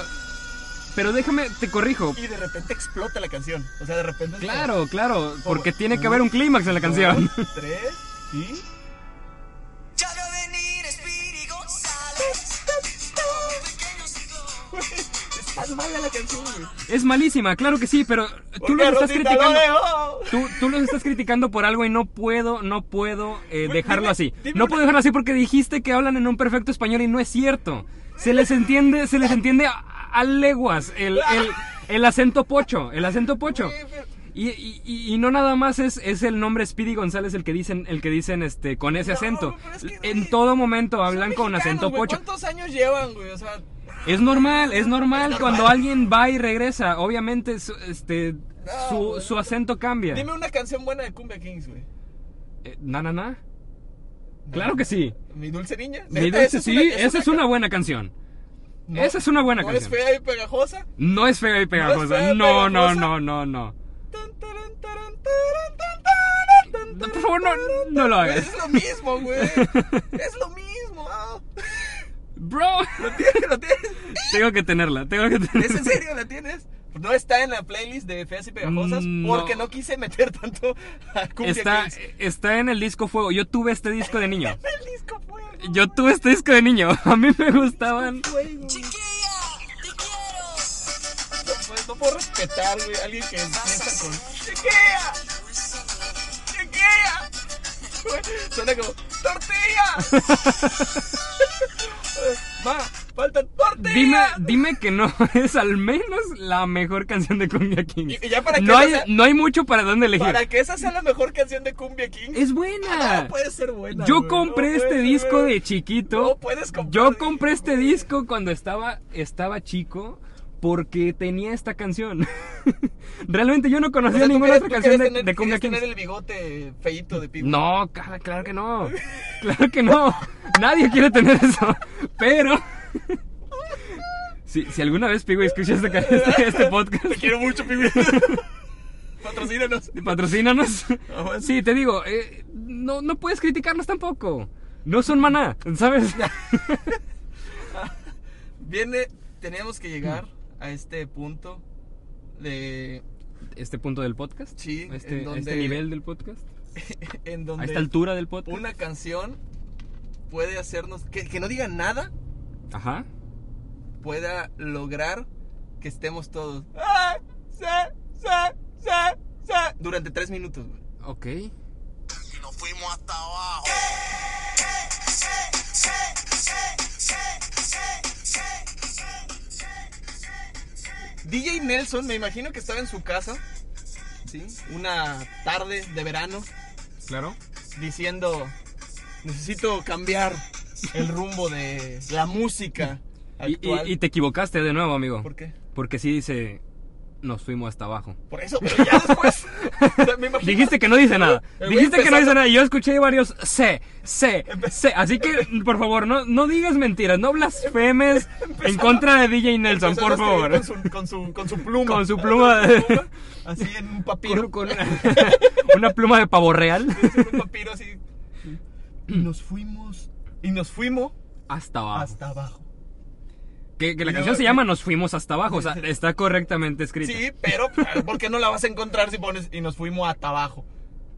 B: pero déjame, te corrijo,
A: Y de repente explota la canción. O sea, de repente. es como,
B: claro, claro, porque tiene que haber un clímax en la canción.
A: dos, Tres y.
D: Ya va a venir Speedy González. Como un pequeño ciclón.
A: Güey, es tan mala la canción, güey.
B: Es malísima, claro que sí, pero tú
A: Porque
B: los estás
A: Rosita lo
B: criticando.
A: dejó.
B: Tú, tú los estás criticando por algo y no puedo, no puedo eh,
A: Güey,
B: dejarlo
A: dime-
B: así.
A: dime
B: No
A: una-
B: puedo dejarlo así porque dijiste que hablan en un perfecto español y no es cierto. Se les entiende, se les entiende a, a leguas el, el- el acento pocho, el acento pocho.
A: Güey, pero-
B: Y, y- y- y no nada más es, es el nombre Speedy González el que dicen, el que dicen este, con ese
A: No,
B: acento.
A: pero es que, güey,
B: en todo momento
A: Son
B: hablan con
A: mexicanos,
B: acento
A: güey,
B: pocho.
A: ¿Cuántos años llevan, güey? O sea,
B: Es normal, es normal cuando alguien va y regresa. Obviamente, su, este, su,
A: güey.
B: su acento cambia.
A: dime una canción buena de Cumbia Kings, güey.
B: Eh, na, na, na. Claro que sí.
A: Mi dulce niña.
B: Mi
A: Neta,
B: dulce,
A: esa
B: sí, esa es una
A: ca-
B: buena canción.
A: No,
B: esa es una buena
A: no
B: canción.
A: es fea y pegajosa.
B: No es fea y
A: es fea
B: pegajosa.
A: y
B: No, no,
A: pegajosa.
B: no, no, no.
A: Tan, taran, taran, taran, tan, taran, tan,
B: No,
A: taran,
B: por favor, no, no lo
A: güey,
B: hagas.
A: Es lo mismo, güey. Es lo mismo. ah.
B: Bro,
A: ¿Lo tienes? ¿Lo tienes?
B: tengo que tenerla, tengo que
A: ¿Es
B: tenerla.
A: en serio? ¿La tienes? No está en la playlist de feas y pegajosas
B: Mm, No.
A: porque no quise meter tanto a Cumbia
B: Está,
A: Kings.
B: está en el disco Fuego. Yo tuve este disco de niño.
A: El disco fue.
B: Yo tuve este disco de niño. A mí me gustaban.
A: Fuego.
D: Chiquilla, te quiero.
A: No, pues, no puedo respetar, güey, a alguien que empieza con. ¡Chequea! ¡Chequea! Güey, Suena como. ¡Tortilla! Ma, faltan tortillas.
B: Dime, dime que no es al menos la mejor canción de Cumbia Kings.
A: Y- y ya para que
B: no,
A: no
B: hay,
A: sea-
B: no hay mucho para dónde elegir.
A: Para que esa sea la mejor canción de Cumbia King.
B: Es buena.
A: No puede ser buena.
B: Yo
A: güey,
B: compré
A: no puede
B: este
A: ser
B: disco
A: buena.
B: de chiquito.
A: No puedes comprar
B: Yo compré
A: disco,
B: este
A: güey.
B: disco cuando estaba, estaba chico. porque tenía esta canción. Realmente yo no conocía
A: sea, tú
B: ninguna
A: querías-
B: otra
A: tú
B: canción
A: querías
B: de,
A: tener-
B: de
A: querías
B: Cumbia Kings.
A: tener el bigote feíto de pibe.
B: No, cara, claro que no. Claro que no. Nadie quiere tener eso. Pero. Si, si alguna vez, Pigo, escuchas este, ca- este- este podcast,
A: Te quiero mucho, pibe. Patrocínanos.
B: patrocínanos.
A: Ah, bueno.
B: Sí, te digo, eh, no, no puedes criticarlos tampoco. No son maná, ¿sabes?
A: Viene, tenemos que llegar a este punto de
B: Este punto del podcast.
A: Sí,
B: Este,
A: en donde-
B: este nivel del podcast.
A: en
B: A
A: donde
B: esta altura del podcast.
A: una canción puede hacernos que, que no diga nada
B: Ajá.
A: pueda lograr que estemos todos "Ah, sa, sa, sa, sa", durante tres minutos. güey.
B: Ok.
D: Y nos fuimos hasta abajo.
A: DJ Nelson, me imagino que estaba en su casa, sí, una tarde de verano,
B: Claro.
A: diciendo necesito cambiar el rumbo de la música
B: Y, y-
A: actual.
B: y te equivocaste de nuevo, amigo.
A: ¿Por qué?
B: Porque sí dice, nos fuimos hasta abajo.
A: Por eso, pero ya después. o sea, me imagino-
B: Dijiste que no dice nada.
A: El güey
B: Dijiste que
A: empezando-
B: no dice nada. Y Yo escuché varios C, C, C. Así que, por favor, no, no digas mentiras. No blasfemes en contra de DJ Nelson,
A: empezando
B: por
A: a escribir
B: favor.
A: Con su, con, su, con su pluma.
B: Con su pluma de-
A: Así en un papiro.
B: Con- con- una pluma de pavo real
A: en un papiro así. Y nos fuimos. Y nos fuimos
B: hasta abajo.
A: hasta abajo.
B: Que, que la
A: Y
B: canción
A: luego-
B: se llama Nos fuimos hasta abajo. O sea, está correctamente escrita.
A: Sí, pero ah, ¿por qué no la vas a encontrar si pones y nos fuimos hasta abajo?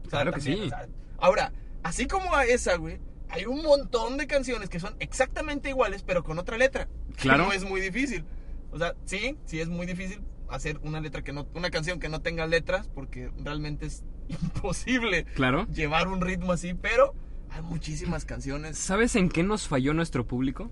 A: O sea,
B: Claro que sí.
A: o sea, ahora, así como a esa, güey, hay un montón de canciones que son exactamente iguales, pero con otra letra.
B: Claro.
A: No es muy difícil. O sea, sí, sí es muy difícil hacer una letra que no, una canción que no tenga letras, porque realmente es imposible
B: Claro.
A: llevar un ritmo así, pero hay muchísimas canciones.
B: ¿Sabes en qué nos falló nuestro público?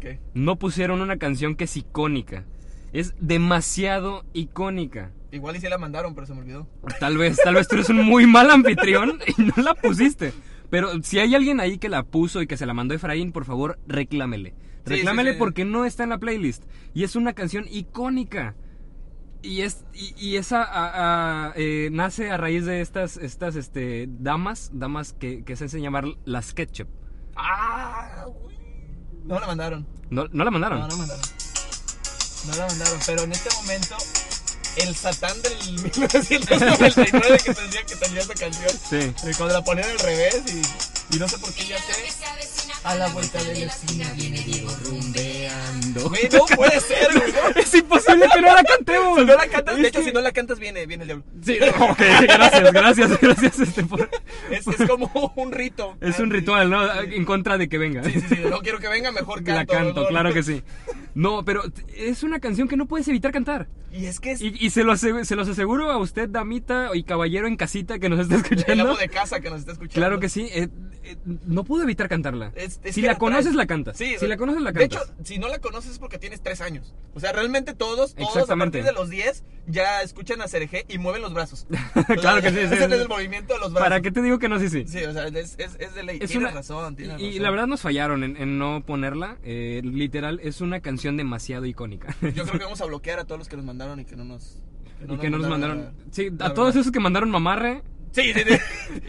A: que
B: No pusieron una canción que es icónica. Es demasiado icónica.
A: Igual y se la mandaron, pero se me olvidó.
B: Tal vez, tal vez tú eres un muy mal anfitrión y no la pusiste. Pero si hay alguien ahí que la puso y que se la mandó Efraín, por favor, reclámele.
A: Sí,
B: Reclámele
A: sí, sí.
B: porque no está en la playlist. Y es una canción icónica. Y, es, y, y esa a- a- eh, nace a raíz de estas, estas este, damas, damas que, que se hacen llamar las ketchup.
A: Ah, güey. No la mandaron.
B: ¿No, no la mandaron?
A: No, no mandaron. No la mandaron, pero en este momento el satán del 1999 que tendría que tenía esa canción.
B: Sí.
A: eh, Cuando la ponían al revés y, y no sé por qué ya sé. A la vuelta de la esquina viene Diego rumbeando. Güey, no puede ser, güey. No
B: Es imposible que no la cantemos.
A: Si no la cantas, de
B: Es
A: hecho,
B: que-
A: si no la cantas, viene, viene el diablo.
B: Sí, ok, gracias, gracias, gracias. este, por-
A: Es, es como un rito. Ah,
B: Es un ritual, ¿no? En contra de que venga.
A: Sí, sí, sí. No quiero que venga, mejor canto.
B: La canto,
A: ¿no?
B: claro que sí. No, pero t- es una canción que no puedes evitar cantar.
A: Y es que es
B: Y, y se, lo asegu- se los aseguro a usted, damita y caballero en casita que nos está
A: el
B: escuchando.
A: amo de casa que nos está escuchando.
B: Claro que sí. eh, eh, no pude evitar cantarla.
A: Es- es
B: si
A: que
B: la conoces,
A: traes.
B: la cantas.
A: Sí,
B: si la conoces, la
A: De
B: cantas.
A: hecho, si no la conoces es porque tienes tres años. O sea, realmente todos, todos a
B: Exactamente.
A: partir de los 10 ya escuchan a Sergé y mueven los brazos.
B: Claro que sí, sí,
A: Ese es
B: sí.
A: el movimiento de los brazos.
B: ¿Para qué te digo que no? Sí, sí.
A: Sí, o sea, es, es, es de ley.
B: Es
A: tienes
B: una-
A: razón, tienes
B: y, y
A: razón.
B: la verdad nos fallaron en, en no ponerla. eh, literal, es una canción demasiado icónica.
A: Yo creo que vamos a bloquear a todos los que nos mandaron y que no nos.
B: y que no nos mandaron.
A: la-
B: Sí,
A: la
B: a todos
A: verdad.
B: esos que mandaron mamarre.
A: Sí, sí, sí.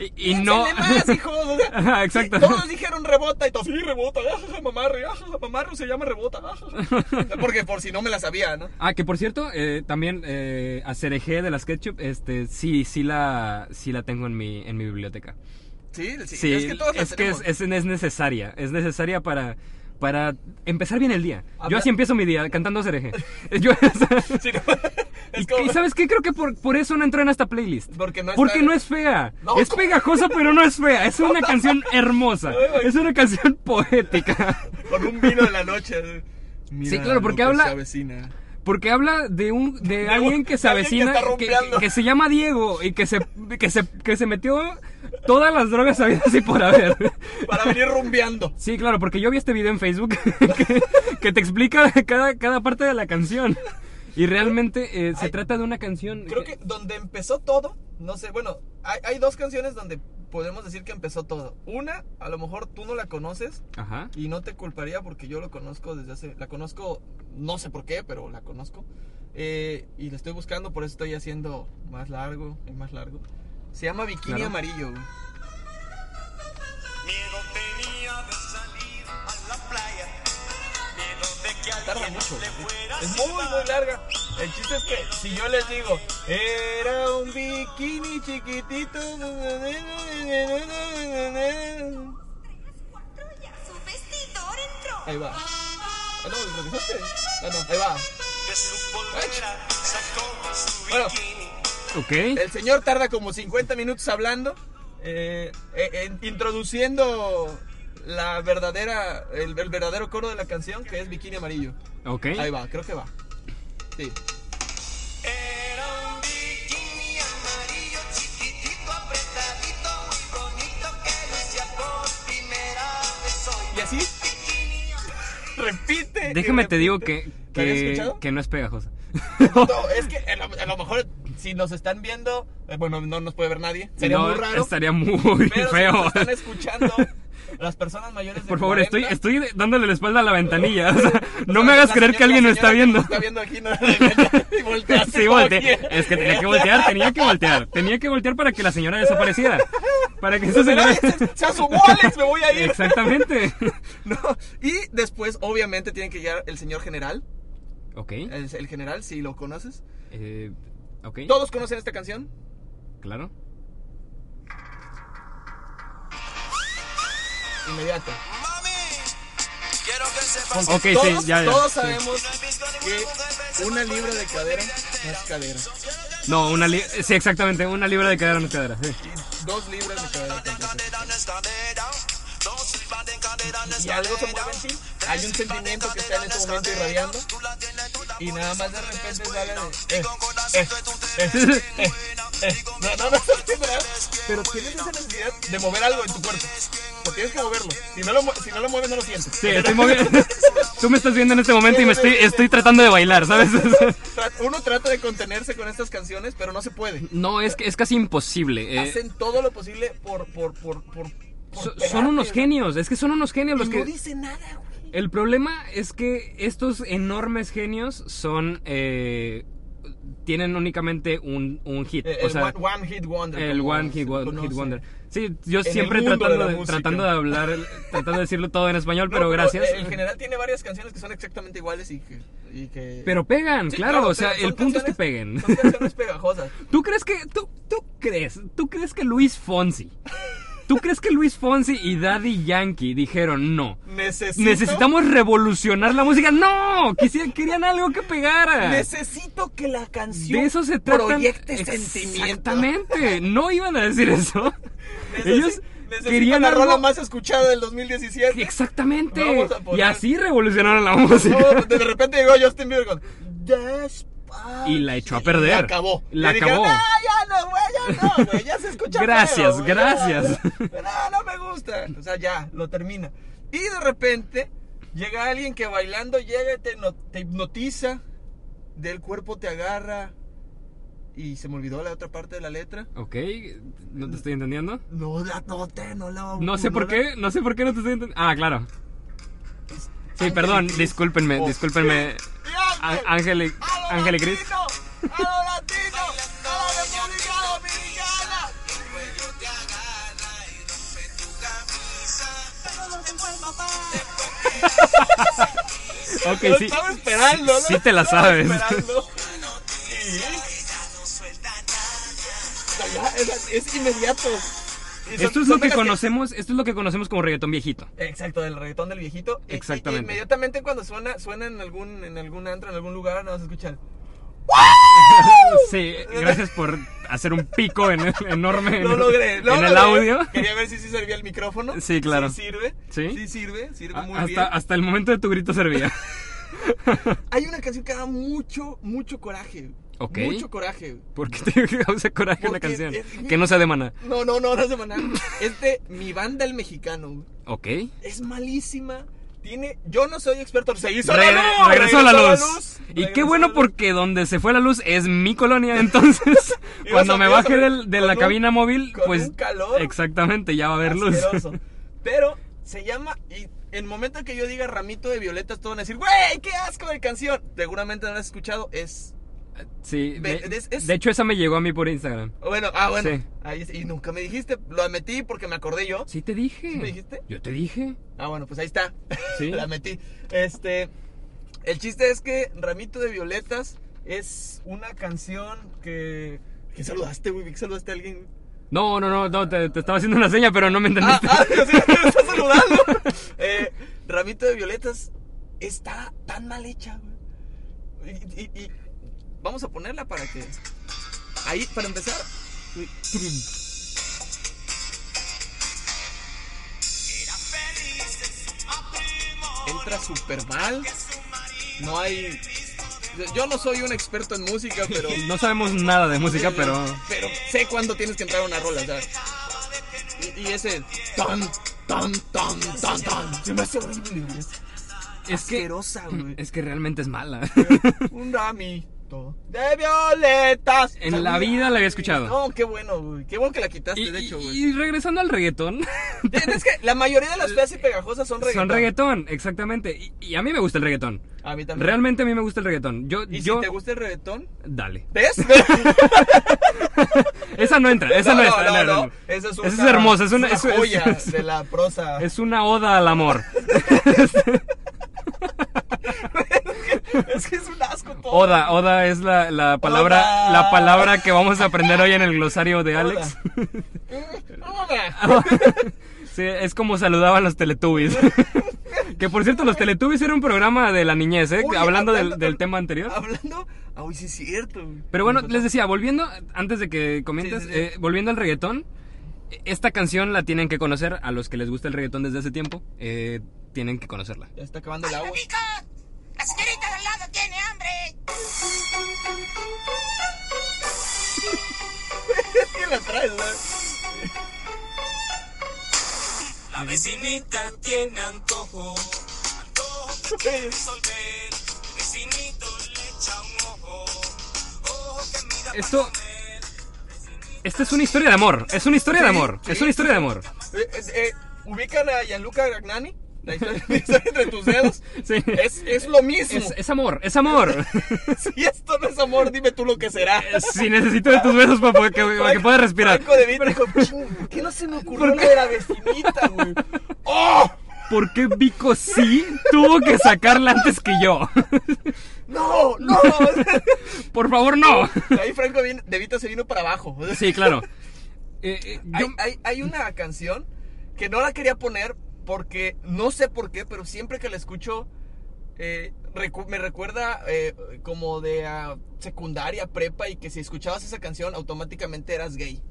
B: Y, y no.
A: Piénsenle más, hijos. o sea,
B: Ajá, exacto.
A: sí, todos dijeron rebota y todos. Sí, rebota. Ajaja, mamarre. Ajaja, mamarre se llama rebota. ajaja". Porque por si no me la sabía, ¿no?
B: Ah, que por cierto, eh, también eh, a Cereje de las Ketchup, este, sí, sí la, sí la tengo en mi, en mi biblioteca.
A: Sí, sí.
B: Sí,
A: es que todos la
B: es, que es,
A: tenemos.
B: es- es necesaria, es necesaria para, para empezar bien el día. Yo
A: Habla-
B: así empiezo mi día, cantando Cereje. Yo-
A: Sí, no, es
B: y,
A: como-
B: y ¿sabes qué? Creo que por, por eso no entró en esta playlist.
A: Porque no
B: Porque
A: está-
B: no es fea.
A: No.
B: Es pegajosa, pero no es fea. Es una canción hermosa. Es una canción poética.
A: Con un vino en la noche. Mira
B: Sí, claro,
A: lo que
B: porque habla-
A: se avecina.
B: Porque habla de un de, alguien que se
A: alguien que
B: avecina,
A: está
B: que,
A: rompeando.
B: que se llama Diego y que se, que se que se metió todas las drogas habidas y por haber.
A: Para venir rumbeando.
B: Sí, claro, porque yo vi este video en Facebook que, que te explica cada, cada parte de la canción. Y realmente eh, se
A: Ay.
B: trata de una canción.
A: Creo que donde empezó todo, no sé, bueno, hay, hay dos canciones donde podemos decir que empezó todo. Una, a lo mejor tú no la conoces
B: Ajá.
A: y no te culparía porque yo lo conozco desde hace. La conozco, no sé por qué, pero la conozco. Eh, y la estoy buscando, por eso estoy haciendo más largo y más largo. Se llama Bikini
B: Claro.
A: Amarillo, güey.
D: Miedo tenía de salir a la playa. Miedo de que
A: Tarda
D: alguien
A: mucho. ¿eh?
D: le fuera
A: Es
D: sin
A: muy, muy
D: parar.
A: larga. El chiste es que si yo les digo, era un bikini chiquitito.
C: Ya su vestidor entró.
A: Ahí va. Ah, no, ¿lo dejaste? Ah, no, ahí va.
D: De su polvera sacó su
A: Bueno.
D: bikini.
B: Ok.
A: El señor tarda como 50 minutos hablando, eh, eh, eh, introduciendo la verdadera, el, el verdadero coro de la canción, que es Bikini Amarillo.
B: Ok.
A: Ahí va, creo que va. Sí.
D: Era un bikini amarillo chiquitito, apretadito, muy bonito que lucía por primera vez hoy.
A: Y así. repite. y
B: Déjame te digo
A: repite.
B: que,
A: ¿Lo habías
B: que,
A: eh, escuchado?
B: que no es pegajosa.
A: No, es que a lo, a lo mejor si nos están viendo, eh, bueno, no nos puede ver nadie. Sería
B: No,
A: muy raro.
B: Estaría muy
A: pero si
B: feo.
A: nos están escuchando las personas mayores de
B: Por favor, estoy,
A: 40,
B: estoy dándole la espalda a la ventanilla. o sea,
A: o
B: no
A: sea,
B: me hagas
A: la
B: creer que
A: señora-
B: alguien
A: la
B: me está
A: señora que
B: viendo.
A: nos Está viendo aquí, no. y volteaste
B: Sí,
A: como
B: volteé.
A: quiera.
B: Es que tenía que voltear, tenía que voltear. Tenía que voltear para que la señora desapareciera. Para que esa
A: Pero,
B: señora.
A: ay, se, se asomó Alex, me voy a ir.
B: Exactamente.
A: No, y después, obviamente, tiene que llegar el señor general.
B: Ok.
A: El, el general, si lo conoces.
B: eh, ok.
A: ¿Todos conocen esta canción?
B: Claro.
A: Inmediato.
D: Mami, quiero que sepas
B: Ok, sí,
A: todos,
B: ya, ya,
A: Todos
B: sí.
A: sabemos
D: que
A: que una libra de cadera no es cadera.
B: No, una libra. Sí, exactamente. Una libra de cadera no es cadera. sí.
A: Y dos libras de cadera tampoco.
D: Y
A: Y algo se mueve en ti. Hay un sentimiento que está en este momento irradiando. Y nada más de repente sale de. eh, eh, eh, eh, eh. No, no, no, ¿verdad? Pero tienes esa necesidad de mover algo en tu cuerpo. Pues tienes que moverlo. Si no lo, mue- si no lo mueves, no lo sientes.
B: Sí, estoy moviendo. Tú me estás viendo en este momento y me estoy, estoy tratando de bailar, ¿sabes?
A: Tra- Uno trata de contenerse con estas canciones, pero no se puede.
B: No, es que es casi imposible. eh.
A: Hacen todo lo posible por. por, por, por, por
B: So- son
A: pegarte,
B: unos
A: güey.
B: genios, es que son unos genios los
A: Y no
B: que...
A: dice nada, güey.
B: El problema es que estos enormes genios son... eh, tienen únicamente un, un hit.
A: Eh,
B: o
A: el
B: sea,
A: one, one Hit Wonder.
B: el
A: como
B: One
A: se
B: Hit, Won-
A: conoce.
B: Hit Wonder. Sí, yo
A: el
B: siempre
A: mundo de
B: tratando
A: la
B: de,
A: música.
B: tratando de hablar, tratando de decirlo todo en español,
A: No,
B: pero gracias.
A: En general tiene varias canciones que son exactamente iguales y que. y que-
B: Pero pegan,
A: Sí,
B: claro, o sea,
A: pero son
B: el punto es que
A: canciones-
B: peguen.
A: Son canciones pegajosas.
B: ¿Tú crees que tú, tú crees, tú crees que Luis Fonsi, tú crees que Luis Fonsi y Daddy Yankee dijeron no?
A: Necesito,
B: Necesitamos revolucionar la música. No, quisier- querían algo que pegara.
A: Necesito que la canción
B: De eso se trata.
A: proyecte este sentimiento.
B: Exactamente. No iban a decir eso.
A: Necesi-
B: Ellos
A: necesito
B: querían
A: la
B: algo.
A: rola más escuchada del 2017.
B: Exactamente.
A: Vamos a poner-
B: Y así revolucionaron la música.
A: No, de repente llegó Justin Bieber con Despacito.
B: Y la echó a perder.
A: La acabó.
B: La
A: Le dijeron,
B: acabó.
A: "No, ya no, güey, ya no, güey, ya se escucha feo,
B: Gracias,
A: güey,
B: gracias.
A: No, no, no me gusta. O sea, ya, lo termina. Y de repente llega alguien que bailando llega y te, hipno- te hipnotiza, del cuerpo te agarra y se me olvidó la otra parte de la letra.
B: Ok, no te estoy entendiendo.
A: No la noté, no la
B: No sé por
A: la-
B: qué, no sé por qué no te estoy entendiendo. Ah, claro. Sí,
A: Ángel
B: perdón,
A: y Cris.
B: discúlpenme,
A: Oh. Ah,
B: discúlpenme. Á- Ángel y-
A: ¡A lo
B: Ángel y Cris.
A: latino! ¡A lo latino! ¡A la República Dominicana!
B: Ok, sí.
A: estaba esperando, ¿no?
B: sí te la
A: Lo estaba
B: sabes.
A: esperando. Y- o sea, ya, es, es inmediato. Y son-
B: Esto es
A: son
B: lo que
A: de las
B: conocemos, esto es lo que conocemos como reggaetón viejito.
A: Exacto, del reggaetón del viejito. Y- y-
B: Exactamente.
A: inmediatamente cuando suena, suena en algún, en algún antro, en algún lugar, no vas a escuchar.
B: Sí, gracias por hacer un pico en el- enorme
A: Lo
B: en-
A: logré, lo
B: en el
A: logré.
B: audio.
A: Quería ver si sí servía el micrófono.
B: Sí, claro.
A: Sí sirve.
B: Sí.
A: Sí sirve, sirve
B: A-
A: muy bien.
B: Ah, Hasta, hasta el momento de tu grito servía.
A: Hay una canción que da mucho, mucho coraje.
B: Ok.
A: Mucho coraje.
B: ¿Por qué te causa coraje una
A: Porque-
B: canción? Que no sea de maná.
A: No, no, no, no es de Maná. Es de Mi Banda el Mexicano.
B: Ok.
A: Es malísima. tiene. Yo no soy experto. Se hizo
B: Re-
A: la luz.
B: regresó la luz. Y
A: Regresó
B: qué
A: la
B: bueno
A: luz.
B: porque donde se fue la luz es mi colonia, entonces
A: Ibas
B: cuando
A: a-
B: me
A: ibas a
B: baje
A: ver
B: del- de la
A: con un-
B: cabina móvil,
A: con
B: pues
A: un calor
B: exactamente, ya va a haber luz.
A: Asqueroso. Pero se llama. Y en el momento en que yo diga ramito de violetas, todos van a decir, ¡Güey, qué asco de canción! Seguramente no la has escuchado. Es.
B: Sí,
A: Ve-
B: de,
A: es- es-
B: de hecho esa me llegó a mí por Instagram.
A: Bueno, ah, bueno.
B: Sí.
A: Ahí, y nunca me dijiste. Lo metí porque me acordé yo.
B: Sí te dije.
A: ¿Sí me dijiste?
B: Yo te dije.
A: Ah, bueno, pues ahí está.
B: Sí.
A: la metí. Este. El chiste es que Ramito de Violetas es una canción que. ¿Quién saludaste, güey? ¿Quién saludaste a alguien?
B: No, no, no, no, te, te estaba haciendo una seña, pero no me
A: Ah,
B: entendiste.
A: ah, sí, me está saludando. Eh, Ramito de Violetas está tan mal hecha, güey. Y, y- y- vamos a ponerla para que. Ahí, para empezar. Uy. Entra súper mal. No hay. Yo no soy un experto en música, pero.
B: No sabemos nada de música, pero
A: Pero sé cuándo tienes que entrar a una rola, o sea. Y, y ese tan, tan, tan, tan, tan. Se me hace horrible, güey.
B: es que
A: Asquerosa, güey.
B: es que realmente es mala.
A: Un ramito de violetas.
B: En
A: O sea,
B: la
A: un
B: vida la había
A: ramito.
B: escuchado.
A: No, qué bueno, güey. Qué bueno que la quitaste,
B: Y,
A: de hecho,
B: y-
A: güey.
B: y regresando al reggaetón,
A: Es que la mayoría de las feas y pegajosas son reggaetón.
B: son reggaetón, exactamente. Y, y a mí me gusta el reggaetón.
A: A mí también.
B: Realmente a mí me gusta el reggaetón. Yo,
A: Y
B: yo,
A: si te gusta el reggaetón,
B: dale.
A: ¿ves?
B: Esa no entra, esa no, entra.
A: no,
B: no,
A: no,
B: no.
A: Esa es,
B: Esa es
A: una-
B: hermosa, es una, es- es-
A: joya
B: es-
A: de la prosa.
B: es una oda al amor.
A: es que es un asco todo.
B: Oda, oda es la, la palabra,
A: Oda.
B: la palabra que vamos a aprender hoy en el glosario de Alex.
A: Hola.
B: Sí, es como saludaban los Teletubbies. que por cierto, los Teletubbies era un programa de la niñez, ¿eh?
A: Oye,
B: hablando, del,
A: hablando-
B: del tema anterior.
A: Hablando, ah, uy, sí es cierto. güey.
B: Pero bueno, les decía, volviendo, antes de que comentes,
A: Sí, sí, sí.
B: eh, volviendo al reggaetón, esta canción la tienen que conocer a los que les gusta el reggaetón desde hace tiempo. eh, tienen que conocerla.
A: Ya está acabando el agua.
D: ¡Pica! ¡La señorita de al lado tiene hambre!
A: ¿Qué la traes, güey?
D: La vecinita tiene antojo.
A: Güey,
D: Resolver. El vecinito le echa un ojo. Ojo que mira
B: Esto... Esta es una historia de amor, es una historia de
A: Sí,
B: amor,
A: sí,
B: es una historia de amor.
A: eh, eh, eh, ¿Ubican a Gianluca Gagnani? La historia, la historia entre tus dedos.
B: Sí.
A: Es, es lo mismo.
B: Es, es amor, es amor.
A: Si esto no es amor, dime tú lo que será.
B: Si necesito de tus besos para que, para que pueda respirar.
A: Franco de Vita dijo, "Ching, ¿por qué no se me ocurrió lo de la vecinita, güey? ¡Oh!
B: ¿Por qué Vico sí tuvo que sacarla antes que yo?
A: ¡No! ¡No!
B: Por favor, no.
A: Ahí Franco vin- de Vita se vino para abajo.
B: Sí, claro. Eh, eh,
A: Hay,
B: yo-
A: hay- hay una canción que no la quería poner porque no sé por qué, pero siempre que la escucho eh, recu- me recuerda eh, como de ah, secundaria, prepa, y que si escuchabas esa canción automáticamente eras gay.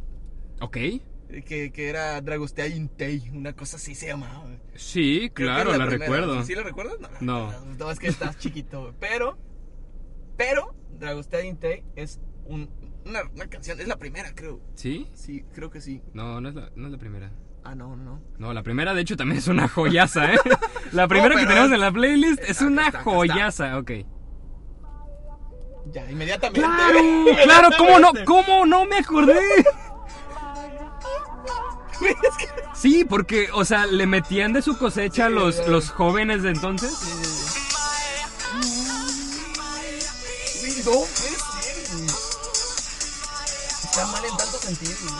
B: Ok.
A: Eh, Que, que era Dragostein Tei, una cosa así se llamaba. güey.
B: Sí,
A: Creo que
B: claro,
A: es
B: la,
A: primera.
B: recuerdo.
A: ¿Sí la recuerdas? No. la
B: No.
A: recuerdas. No, es que estás chiquito. güey. Pero, pero, Dragostein Tei es un- una, una canción, es la primera, creo.
B: ¿Sí?
A: Sí, creo que sí.
B: No, no es, la, no es la primera.
A: Ah, no, no, no.
B: No, la primera de hecho también es una joyaza, ¿eh? La primera que
A: pero
B: tenemos
A: es-
B: en la playlist es
A: Está,
B: una
A: está, está.
B: joyaza, ok.
A: Ya, inmediatamente.
B: Claro, claro, ¿cómo no? ¿Cómo no me acordé? Sí, porque, o sea, le metían de su cosecha
A: Sí,
B: los,
A: claro.
B: los jóvenes de entonces.
A: Uy, no, puede ser, güey. Está mal en tanto sentido, güey.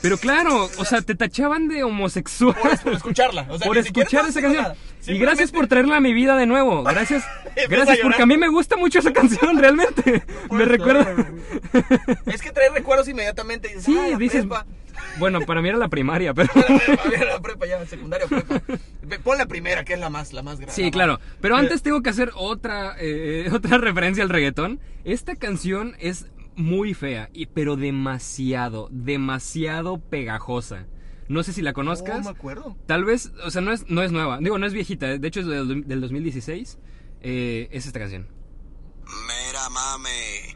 B: Pero claro, o sea, te tachaban de homosexual.
A: Por, es- por escucharla. o sea,
B: por
A: ni siquiera
B: escuchar
A: estás
B: esa
A: haciendo nada.
B: canción. Y gracias por traerla a mi vida de nuevo. Gracias.
A: Empieza a
B: gracias
A: llorar.
B: porque a mí me gusta mucho esa canción, realmente. Me recuerda.
A: Simplemente- Es que trae recuerdos inmediatamente. Y dices,
B: Sí,
A: ah, la
B: dices.
A: prepa.
B: Bueno, para mí era la primaria, pero.
A: Era la prepa, era la prepa ya, secundaria prepa. Ve, Pon la primera, que es la más, la más grande.
B: Sí, claro. Pero antes tengo que hacer otra, eh, otra referencia al reggaetón. Esta canción es muy fea, y, pero demasiado, demasiado pegajosa. No sé si la
A: No
B: conozcas.
A: me acuerdo.
B: Tal vez, o sea, no es, no es nueva. Digo, no es viejita. De hecho, es del, del 2016. Eh, es esta canción.
F: Mira, mami,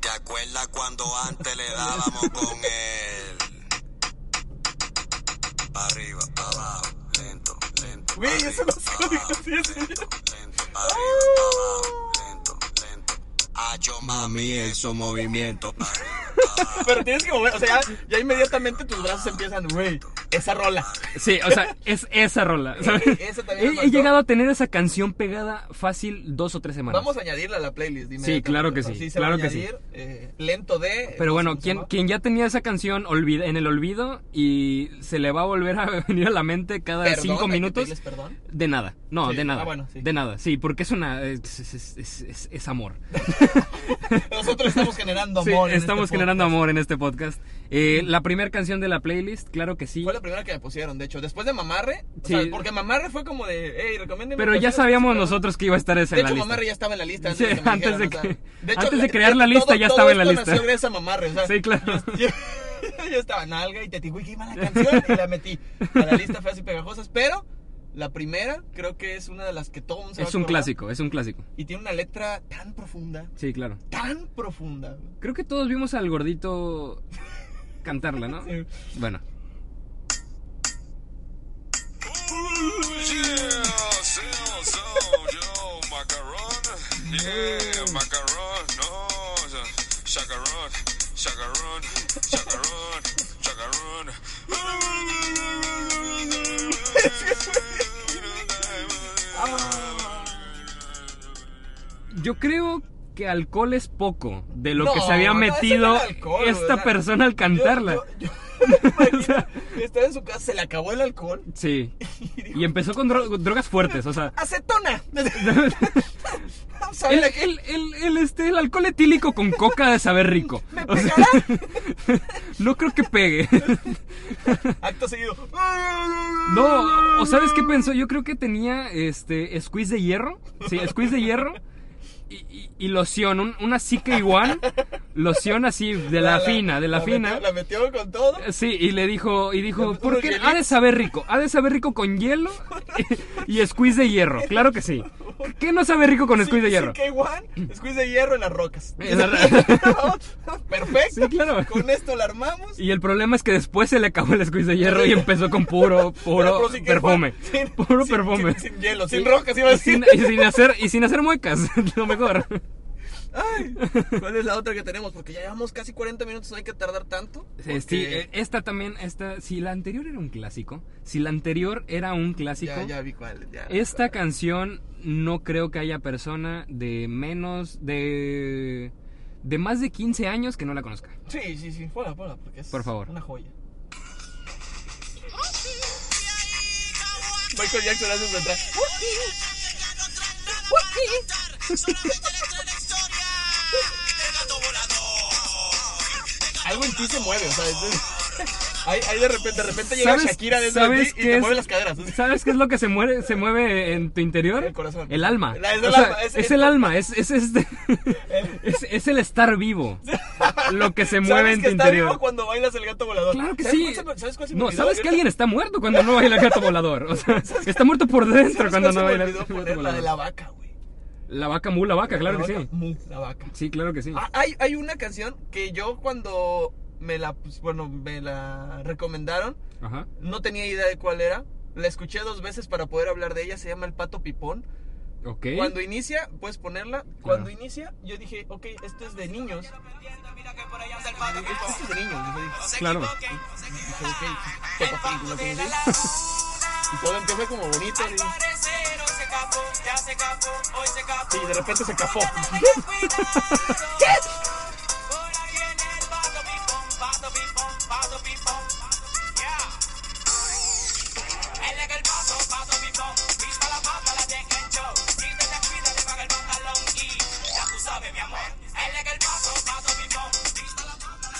F: ¿te acuerdas cuando antes le dábamos con él? Pa' arriba, pa' abajo, lento, lento.
A: Güey,
F: arriba,
A: eso no sé lo que
F: abajo,
A: estoy haciendo.
F: Lento, arriba, abajo, lento, lento. Ah, yo mami, esos movimientos.
A: Pero tienes que mover, o sea, ya, ya inmediatamente tus brazos empiezan, güey, esa rola.
B: Sí, o sea, es esa rola. ¿sabes?
A: Esa también me
B: he, he
A: faltó.
B: llegado a tener esa canción pegada fácil dos o tres semanas.
A: Vamos a añadirla a la playlist, dime.
B: Sí, claro que sí,
A: se va a
B: claro que sí.
A: añadir, eh, lento de...
B: Pero bueno,
A: ¿cómo se
B: quien,
A: llama?
B: quien ya tenía esa canción olvida, en el olvido y se le va a volver a venir a la mente cada
A: Perdón,
B: cinco
A: hay que
B: minutos.
A: pedirles perdón.
B: De nada, no,
A: Sí,
B: de nada.
A: ah, bueno, sí.
B: De nada, sí, porque es una. Es, es- es- es- es amor.
A: Nosotros estamos generando
B: Sí,
A: amor. en
B: estamos
A: este
B: generando
A: podcast.
B: amor en este podcast. Eh, la primera canción de la playlist, claro que sí.
A: Fue la primera que me pusieron, de hecho, después de Mamarre, o
B: Sí.
A: sea, porque Mamarre fue como de, hey, recomiéndeme.
B: Pero ya
A: canciones".
B: sabíamos nosotros que iba a estar esa
A: De
B: en la
A: hecho,
B: lista.
A: Mamarre ya estaba en la lista.
B: Sí,
A: que me
B: antes de
A: o sea,
B: que- antes de crear la
A: todo-
B: lista, ya
A: todo
B: estaba en la
A: esto
B: lista.
A: nació gracias a Mamarre, o sea,
B: Sí, claro.
A: yo, yo estaba en alga y te digo, "Uy, qué mala canción, y la metí a la lista fue así pegajosas, pero la primera creo que es una de las que todo mundo se va a
B: Es un
A: acordar.
B: clásico, es un clásico.
A: Y tiene una letra tan profunda,
B: Sí, claro.
A: tan profunda. güey.
B: Creo que todos vimos al gordito cantarla, ¿no?
A: Sí.
B: Bueno.
F: Mm.
B: Yo creo que alcohol es poco de lo que
A: No,
B: se había
A: no,
B: metido
A: eso no era alcohol, güey,
B: esta
A: o sea,
B: persona al cantarla.
A: Yo, yo- yo me imagino que estaba en su casa, se le acabó el alcohol
B: Sí.
A: y dijo,
B: Y empezó con dro- drogas fuertes, o sea.
A: ¡acetona! Vamos a
B: El,
A: ver aquí.
B: el, el, el, este, el alcohol etílico con coca de saber rico.
A: ¿Me
B: O sea,
A: pegará?
B: no creo que pegue.
A: Acto seguido.
B: No, o sabes qué pensó, yo creo que tenía este squeeze de hierro, sí, squeeze de hierro y, y, y loción, un- una psique igual, loción así de la, fina, de la, fina.
A: metió- la metió con todo.
B: Sí, y le dijo, y dijo,
A: Unos
B: ¿por qué?
A: hielitos.
B: Ha de saber rico, ha de saber rico con hielo y squeeze de hierro, claro que sí. ¿Qué no sabe rico con squeeze de hierro?
A: K1, squeeze de hierro en las rocas.
B: En las
A: Perfecto.
B: Sí, claro.
A: Con esto la armamos.
B: Y el problema es que después se le acabó el squeeze de hierro y empezó con puro,
A: Pero,
B: puro
A: pero sin K1,
B: perfume.
A: sin-
B: Puro
A: sin-
B: perfume.
A: Sin, sin hielo, sin
B: Y-
A: rocas, iba a
B: y sin-
A: decir.
B: y sin hacer y sin hacer muecas, lo mejor.
A: Ay, ¿Cuál es la otra que tenemos? Porque ya llevamos casi 40 minutos, no hay que tardar tanto.
B: Sí, sí,
A: porque-
B: eh, esta también, esta, si la anterior era un clásico, si la anterior era un clásico,
A: ya, ya vi cuál. ya.
B: esta canción no creo que haya persona de menos de de más de 15 años que no la conozca.
A: Sí, sí, sí, ponla, ponla, porque es
B: Por favor.
A: una joya. Michael Jackson hace un atrás. Algo en ti se mueve, o sea, es- ahí, ahí de repente, de repente llega Shakira dentro de ti y te
B: es-
A: mueve las caderas. o sea,
B: ¿Sabes qué es lo que se muere, se mueve en tu interior?
A: El corazón.
B: El alma.
A: La- es el
B: O sea,
A: alma, es-
B: es,
A: es-
B: el alma, es, es este- es- es el estar vivo. Lo que se mueve
A: ¿Sabes
B: en
A: que
B: tu
A: está
B: interior.
A: vivo cuando bailas el gato volador?
B: Claro que
A: ¿Sabes
B: sí.
A: cuál se- ¿Sabes cuál se me
B: no,
A: olvidó?
B: sabes que
A: Ahorita-
B: alguien está muerto cuando no baila el gato volador. O sea, está muerto por dentro
A: ¿sabes
B: cuando
A: cuál se
B: no
A: me
B: baila el
A: olvidó
B: gato
A: poner? La de
B: volador.
A: la vaca, güey.
B: La vaca mula vaca, claro
A: La
B: que
A: vaca,
B: sí.
A: mu, La vaca.
B: Sí, claro que sí.
A: Ah, Hay, hay una canción que yo cuando me la, pues, bueno, me la recomendaron,
B: Ajá.
A: no tenía idea de cuál era. La escuché dos veces para poder hablar de ella, se llama El Pato Pipón.
B: Ok.
A: Cuando inicia, puedes ponerla. Cuando
B: Claro.
A: inicia, yo dije, ok, esto es de niños. Esto es de niños. yo dije,
B: Claro.
A: dije, ok, qué papá, no sé qué. Y todo empieza como bonito. Y, sí, de repente se capó.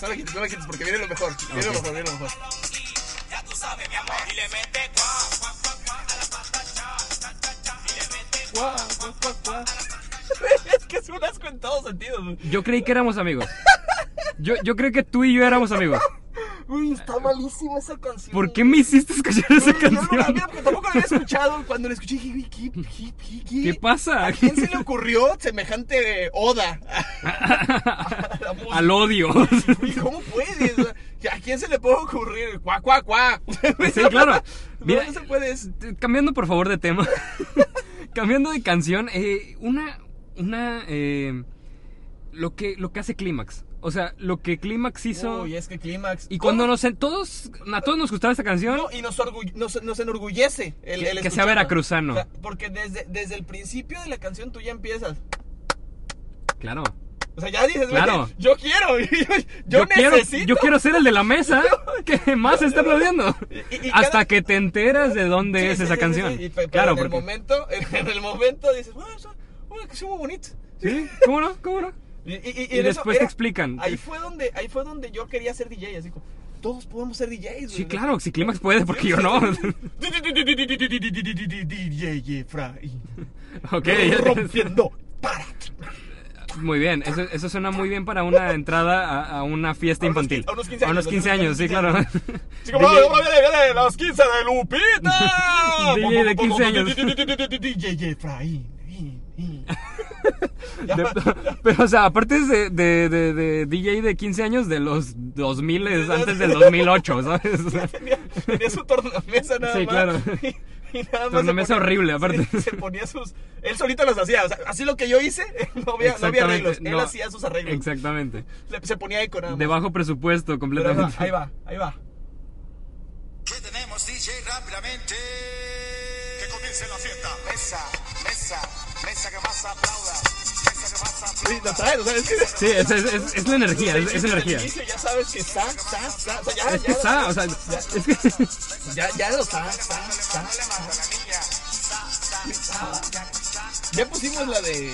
A: No la quites, no la quites porque viene lo mejor. Viene lo
B: Ok.
A: mejor, viene lo mejor. Guau, guau, guau, guau. Es que es un asco en todos sentidos. güey.
B: Yo creí que éramos amigos. Yo, yo creo que tú y yo éramos amigos.
A: Uy, está malísima esa canción.
B: ¿Por qué me hiciste escuchar esa
A: Yo no la
B: canción?
A: había, porque tampoco la había escuchado. Cuando la escuché dije, güey, ¿qué, qué, qué,
B: ¿Qué pasa?
A: ¿A quién se le ocurrió semejante eh, oda? A la música.
B: Al odio.
A: Güey, ¿Cómo puedes? ¿A quién se le puede ocurrir? Cuá, cuá, cuá.
B: Sí, claro. Mira,
A: no, no se puede. es-
B: T- cambiando por favor de tema, cambiando de canción, eh, una, una, eh, lo que, lo que hace Clímax, o sea, lo que Clímax hizo
A: Uy, es que Clímax.
B: y cuando nos, en- todos, a todos nos gustaba esta canción,
A: No, y nos, orgu- nos, nos enorgullece el, el
B: Que- que sea
A: escucharla.
B: veracruzano.
A: O sea, porque desde, desde el principio de la canción tú ya empiezas.
B: claro,
A: O sea, ya dices, güey,
B: Claro.
A: yo quiero, yo,
B: yo, quiero,
A: necesito.
B: yo quiero ser el de la mesa que más está aplaudiendo,
A: Y- y
B: hasta
A: cada-
B: que te enteras de dónde
A: Sí,
B: es
A: sí,
B: esa
A: sí,
B: canción,
A: sí, sí. Y pe- pero
B: claro,
A: en el
B: porque,
A: momento, en el momento dices, bueno, eso, una canción muy bonita.
B: sí, cómo no, cómo no,
A: Y,
B: Y
A: en eso
B: después te explican.
A: Ahí fue donde, ahí fue donde yo quería ser DJ, así como, todos podemos ser DJs.
B: sí,
A: güey.
B: claro, si Clímax puede, porque yo no,
A: DJ Efraín,
B: ok, ya-
A: rompiendo. Para.
B: Muy bien, eso, eso suena muy bien para una entrada a, a una fiesta
A: A unos
B: infantil.
A: quin- a unos 15
B: A unos
A: años,
B: 15 años, sí, claro.
A: Así como,
B: DJ
A: "Ahora viene, viene las 15 de Lupita.
B: DJ de 15 años.
A: DJ Efraín. in, in. Ya,
B: de- pero, o sea, aparte es de, de, de- de DJ de 15 años de los 2000, antes del 2008, ¿sabes? O sea,
A: tenía, tenía su tornamesa nada
B: Sí,
A: más.
B: claro.
A: Y, y nada más se
B: Tornamesa horrible, aparte.
A: sí, Se, ponía sus. Él solito los hacía. o sea, así lo que yo hice, no había, no había arreglos. Él
B: no,
A: hacía sus arreglos.
B: Exactamente.
A: Le- se ponía eco nada más.
B: De bajo presupuesto,
A: Pero ahí va,
B: completamente.
A: ahí va, ahí va.
F: ¿Qué tenemos, DJ? Rápidamente. Que comience la fiesta.
E: Mesa, mesa, mesa que más aplauda. Mesa que más aplauda.
A: Sí, lo traes, o sea, es que-
B: Sí, es, es- es- es la energía, es, es
A: Desde el
B: energía.
A: inicio ya sabes que está, está, está. O sea, ya,
B: Es que
A: ya,
B: está, o sea, es que...
A: ya, ya lo está, está, está. Ya pusimos la de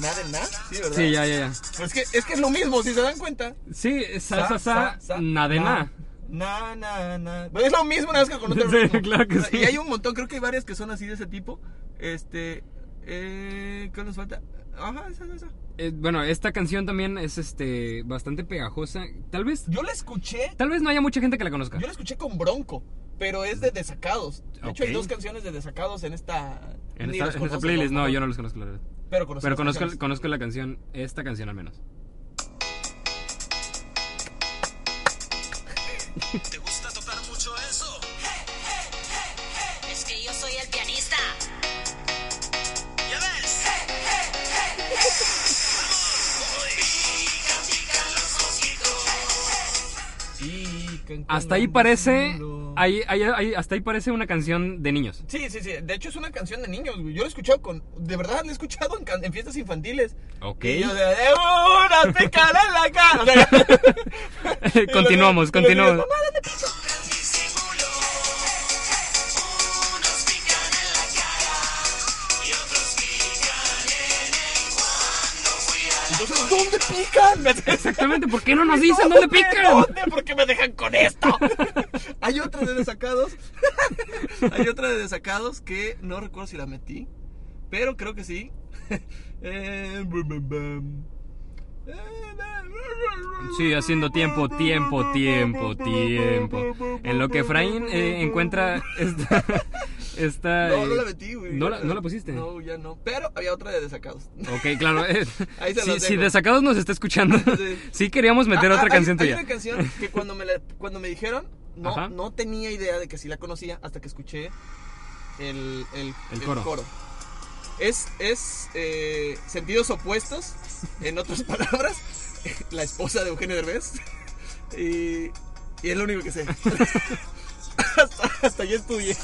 A: nada en nada, sí, ¿verdad?
B: Sí, ya, ya, ya.
A: Pero es que es que es lo mismo, si se dan cuenta.
B: Sí, sa, sa, sa, na de na.
A: Na, na, na. Pero es lo mismo, nada más que con otro
B: Sí,
A: ritmo.
B: claro que
A: O sea,
B: sí.
A: Y hay un montón, creo que hay varias que son así de ese tipo. Este, eh, ¿qué nos falta? Ajá, esa, esa.
B: Eh, bueno, esta canción también es este bastante pegajosa. Tal vez
A: Yo la escuché,
B: Tal vez no haya mucha gente que la conozca.
A: yo la escuché con Bronco, pero es de Desacados. De hecho, hay
B: Ok.
A: dos canciones de Desacados en esta...
B: En
A: ni
B: esta,
A: los
B: en esta
A: conoces,
B: playlist, no,
A: ajá.
B: yo no los conozco, la verdad.
A: Pero conozco,
B: Pero
A: las
B: conozco,
A: canciones.
B: conozco la canción, esta canción al menos.
D: ¿Te gusta tocar mucho eso?
C: Es que yo soy el pianista.
D: ¿Ya ves?
A: Sí, can-
B: Hasta ahí
A: can-
B: parece.
A: culo.
B: ahí- ahí- ahí- hasta ahí parece una canción de niños.
A: Sí, sí, sí. De hecho, es una canción de niños, güey. Yo la he escuchado con. De verdad, la he escuchado en, can- en fiestas infantiles.
B: Ok.
A: Y yo de. "Debo una picada en la cara! O sea, y los niños- y
B: Continuamos,
A: los niños,
B: continuamos.
A: "Mamá, dame piso". Entonces, ¿dónde pican?
B: Exactamente, ¿por qué no nos dicen dónde pican?
A: ¿Dónde? ¿Por qué me dejan con esto? Hay otra de desacados. Hay otra de desacados que no recuerdo si la metí. Pero creo que sí. Eh, bum, bum, bum. Eh,
B: Sí, haciendo tiempo, tiempo, tiempo, tiempo. En lo que Efraín eh, encuentra esta. esta
A: No, no la
B: eh,
A: metí, güey.
B: ¿No la, no la pusiste?
A: No, ya no. Pero había otra de desacados.
B: Ok, claro. eh,
A: Ahí se
B: si,
A: los
B: si
A: dejo.
B: Desacados nos está escuchando,
A: Sí.
B: sí queríamos meter
A: Ah,
B: otra
A: hay-
B: canción
A: hay,
B: tuya.
A: una canción que cuando me, la- cuando me dijeron,
B: Ajá.
A: no, no tenía idea de que sí la conocía hasta que escuché el, el,
B: El
A: el
B: coro.
A: coro. Es, es eh, sentidos opuestos, en otras palabras, la esposa de Eugenio Derbez. Y, y es lo único que sé. hasta, hasta yo estudié.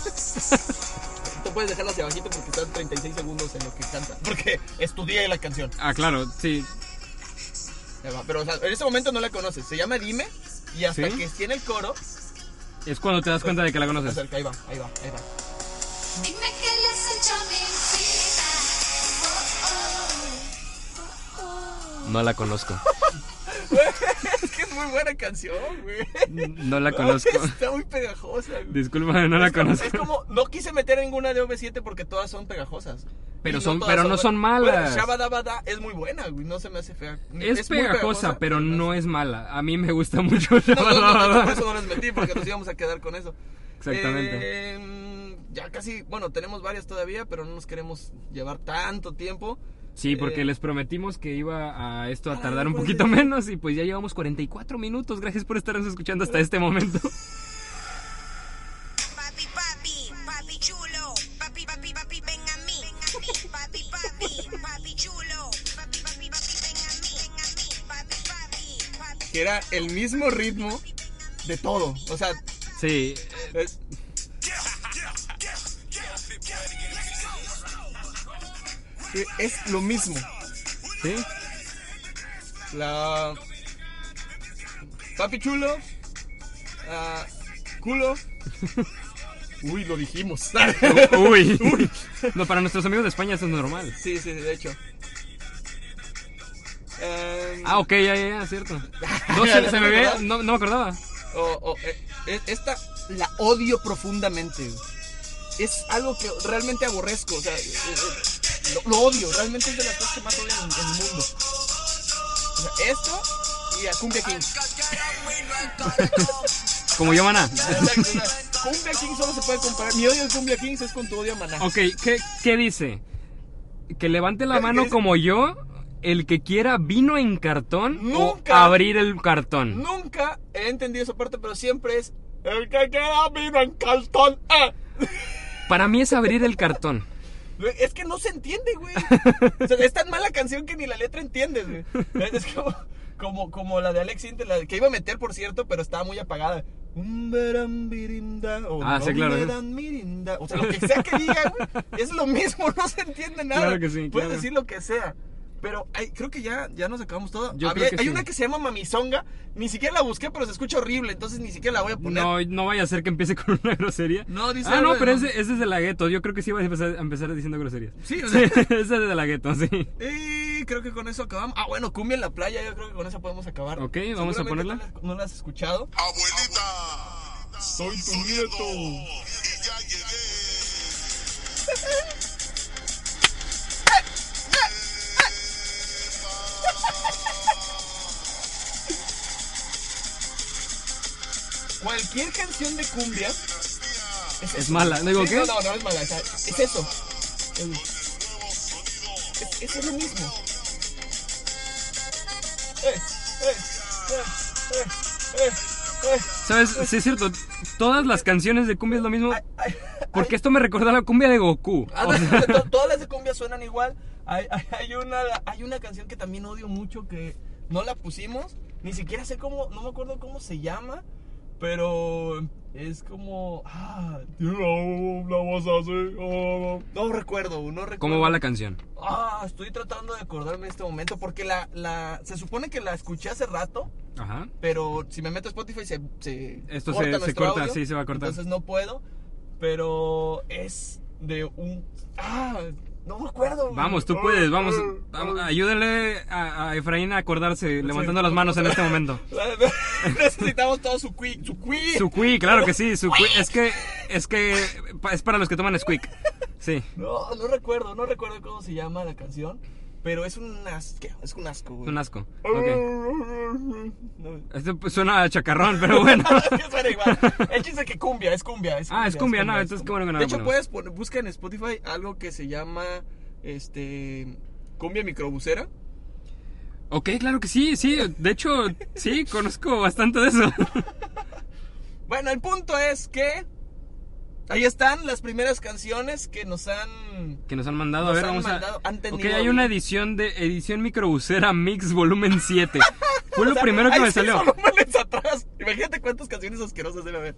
A: Tú puedes dejarlo hacia abajito porque están 36 segundos en lo que canta. Porque estudié la canción.
B: Ah, claro, sí.
A: Ahí va, Pero o sea, en ese momento no la conoces. Se llama Dime. Y hasta
B: ¿Sí?
A: que esté en el coro.
B: Es cuando te das cuenta de que la
A: o
B: conoces.
A: sea, que ahí va, ahí va, ahí va.
C: Dime que le has hecho mentira.
B: No la conozco.
A: es que es muy buena canción, güey.
B: No la conozco.
A: Está muy pegajosa, güey.
B: Disculpa, no la
A: es como,
B: conozco.
A: es como- no quise meter ninguna de V7 porque todas son pegajosas.
B: Pero
A: Y
B: son-
A: todas
B: pero no son
A: buenas. Bueno,
B: malas.
A: Shabadabada es muy buena, güey. No se me hace fea.
B: Es,
A: muy
B: pegajosa, pero
A: además-
B: no es mala. A mí me gusta mucho.
A: No, no, no, no, por eso no las metí, porque nos íbamos a quedar con eso.
B: Exactamente.
A: Eh, ya casi, bueno, tenemos varias todavía, pero no nos queremos llevar tanto tiempo.
B: Sí, porque
A: Eh,
B: les prometimos que iba a esto a
A: Ay,
B: tardar un
A: pues,
B: poquito
A: sí.
B: menos y pues ya llevamos 44 minutos. Gracias por estarnos escuchando hasta este momento.
C: Papi, papi,
A: que era el mismo ritmo de todo. O sea,
B: Sí,
A: es- es lo mismo.
B: sí.
A: La. Papi chulo. ah, culo. Uy, lo dijimos.
B: Uy. No, para nuestros amigos de España eso es normal.
A: sí, sí, sí, de hecho. Em,
B: Ah, ok, ya, ya, ya, cierto. No, se, se me ve, no, no me acordaba.
A: o- o, eh, eh, esta la odio profundamente. Es algo que realmente aborrezco. O sea, eh, eh, lo, lo odio. Realmente es de las cosas que más odio en, en el mundo. O sea, esto y a Cumbia Kings.
B: Como yo, maná.
A: Exacto, o sea, Cumbia Kings solo se puede comparar. Mi odio de Cumbia Kings es con tu odio a Maná.
B: Ok, ¿qué, qué dice? Que levante la mano como yo, el que quiera vino en cartón o
A: Nunca.
B: abrir el cartón.
A: Nunca he entendido esa parte, pero siempre es el que queda vino en cartón. eh".
B: Para mí es abrir el cartón.
A: Es que no se entiende, güey. O sea, es tan mala canción que ni la letra entiendes, güey. Es como, como, como la de Alex Inter, la que iba a meter, por cierto, pero estaba muy apagada. Un verán mirinda, o
B: Ah, sí,
A: no
B: claro.
A: verán mirinda. O sea, lo que sea que diga, güey, es lo mismo, no se entiende nada.
B: Claro que sí,
A: Puedes
B: claro.
A: decir lo que sea. Pero ay, creo que ya, ya nos acabamos todo.
B: Yo
A: Había-
B: creo que
A: hay
B: sí.
A: una que se llama Mamizonga. Ni siquiera la busqué, pero se escucha horrible, entonces ni siquiera la voy a poner.
B: No, no vaya a ser que empiece con una grosería.
A: No, dice
B: Ah, no,
A: algo de-
B: pero ese, ese es de la gueto. Yo creo que sí iba a empezar, a empezar diciendo groserías.
A: Sí, o sea-
B: ese es de la gueto, sí.
A: Y creo que con eso acabamos. Ah, bueno, cumbia en la playa, yo creo que con eso podemos acabar.
B: Ok, vamos a
A: Seguramente
B: ponerla.
A: No la, no la has escuchado.
F: Abuelita, soy tu nieto y ya llegué.
A: Cualquier canción de cumbia es,
B: Es
A: eso.
B: mala. Digo,
A: Sí,
B: ¿qué?
A: No, no, no es mala. o sea, Es eso. Es, es- es lo mismo. Eh, eh, eh, eh, eh, eh.
B: ¿Sabes? Sí, es cierto. Todas las canciones de cumbia es lo mismo.
A: Ay, ay,
B: Porque esto me recordó a la cumbia de Goku.
A: Ah,
B: O
A: no,
B: sea,
A: to- todas las de cumbia suenan igual. Hay, hay- hay una, hay una canción que también odio mucho que no la pusimos. Ni siquiera sé cómo, no me acuerdo cómo se llama. Pero es como. ah, no recuerdo, no recuerdo.
B: Oh, ¿Cómo va la canción?
A: Ah, estoy tratando de acordarme en este momento. Porque la, la- se supone que la escuché hace rato.
B: Ajá.
A: Pero si me meto a Spotify se, se
B: Esto se- se
A: nuestro
B: corta, sí, se va a cortar.
A: Entonces no puedo, pero es de un... Ah, no me acuerdo. güey. Ah,
B: Vamos, tú puedes, vamos. vamos, ah. ayúdenle a, a Efraín a acordarse levantando las manos en este momento.
A: Necesitamos todo su qui, su qui.
B: Su cuí, claro que sí, su cuí. Es que, es que pa- es para los que toman squeak. Sí.
A: No, no recuerdo, no recuerdo cómo se llama la canción, pero es un asco, es un asco,
B: Es
A: güey.
B: un asco. Ok.
A: No,
B: Esto pues, suena a chacarrón, pero bueno.
A: que suena igual. El chiste es que cumbia, es cumbia. Es
B: Ah, es cumbia, no, entonces qué bueno que no
A: De
B: la
A: hecho,
B: ponemos.
A: puedes poner, busca en Spotify algo que se llama este cumbia microbusera.
B: Ok, claro que sí, sí. De hecho, sí, conozco bastante de eso.
A: Bueno, el punto es que ahí están las primeras canciones que nos han
B: Que nos han mandado. a
A: Nos
B: ver,
A: han
B: vamos
A: mandado,
B: a.
A: han
B: Ok,
A: tenido
B: hay
A: ahí.
B: una edición de edición microbusera Mix Volumen 7. Fue lo
A: O sea,
B: primero que
A: hay
B: me
A: seis
B: salió.
A: volúmenes atrás. Imagínate cuántas canciones asquerosas debe haber.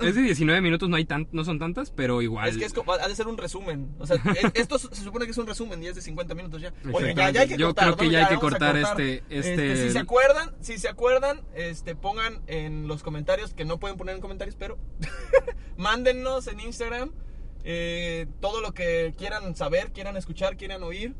B: Es de 19 minutos, no, hay tan, no son tantas, pero igual.
A: Es que es como- ha de ser un resumen. O sea, es- esto se se supone que es un resumen y es de 50 minutos ya. Oigan, ya, ya hay que
B: Yo
A: cortar,
B: creo que
A: ¿no?
B: ya hay que
A: vamos a
B: cortar este- este-
A: Si se acuerdan, si se acuerdan, este, pongan en los comentarios, que no pueden poner en comentarios, pero mándennos en Instagram eh, todo lo que quieran saber, quieran escuchar, quieran oír,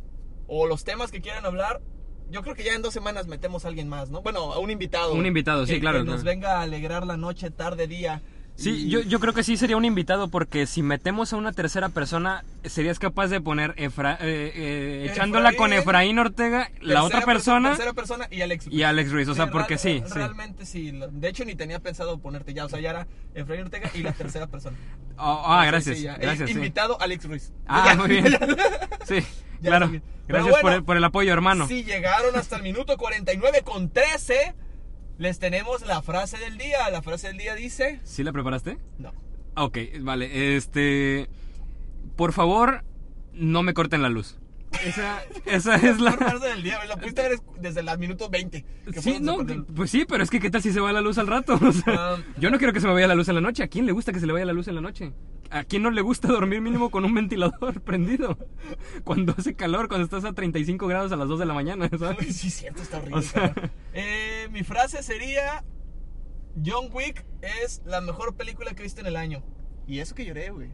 A: o los temas que quieran hablar. Yo creo que ya en dos semanas metemos a alguien más, ¿no? Bueno, a un invitado.
B: Un invitado, sí,
A: que-
B: claro,
A: Que nos
B: claro.
A: venga a alegrar la noche, tarde, día.
B: Sí,
A: Y-
B: yo, yo creo que sí sería un invitado porque si metemos a una tercera persona, serías capaz de poner Efra- eh, eh, echándola con
A: Efraín,
B: Efraín Ortega, la
A: Tercera
B: otra persona
A: tercera persona y Alex Ruiz.
B: y Alex Ruiz. O sea,
A: Sí,
B: porque
A: real-
B: sí, sí.
A: Realmente sí. lo- De hecho, ni tenía pensado ponerte ya. O sea, ya era Efraín Ortega y la tercera persona.
B: Oh, ah,
A: Sí,
B: gracias.
A: sí, ya.
B: gracias.
A: Eh,
B: sí.
A: Invitado Alex Ruiz.
B: Ah,
A: Ya.
B: muy bien. Sí,
A: Ya,
B: claro.
A: muy bien. Pero bueno,
B: Gracias por, el, por el apoyo, hermano.
A: Si llegaron hasta el minuto 49 con 13, les tenemos la frase del día. La frase del día dice.
B: ¿Sí la preparaste?
A: No.
B: Ah, Ok, vale. Este. Por favor, no me corten la luz. Esa, esa es
A: La peor
B: la...
A: parte del día, güey. Lo pudiste ver desde la minuto 20. que fue
B: Sí,
A: donde
B: no,
A: se ponen-
B: pues sí, pero es que ¿qué tal si se va la luz al rato? O sea,
A: Ah.
B: yo no quiero que se me vaya la luz en la noche. ¿A quién le gusta que se le vaya la luz en la noche? ¿A quién no le gusta dormir mínimo con un ventilador prendido? Cuando hace calor, cuando estás a 35 grados a las 2 de la mañana, ¿sabes?
A: Ay, sí, cierto, está horrible.
B: O sea-
A: cabrón. Eh, mi frase sería: John Wick es la mejor película que viste en el año. Y eso que lloré, güey.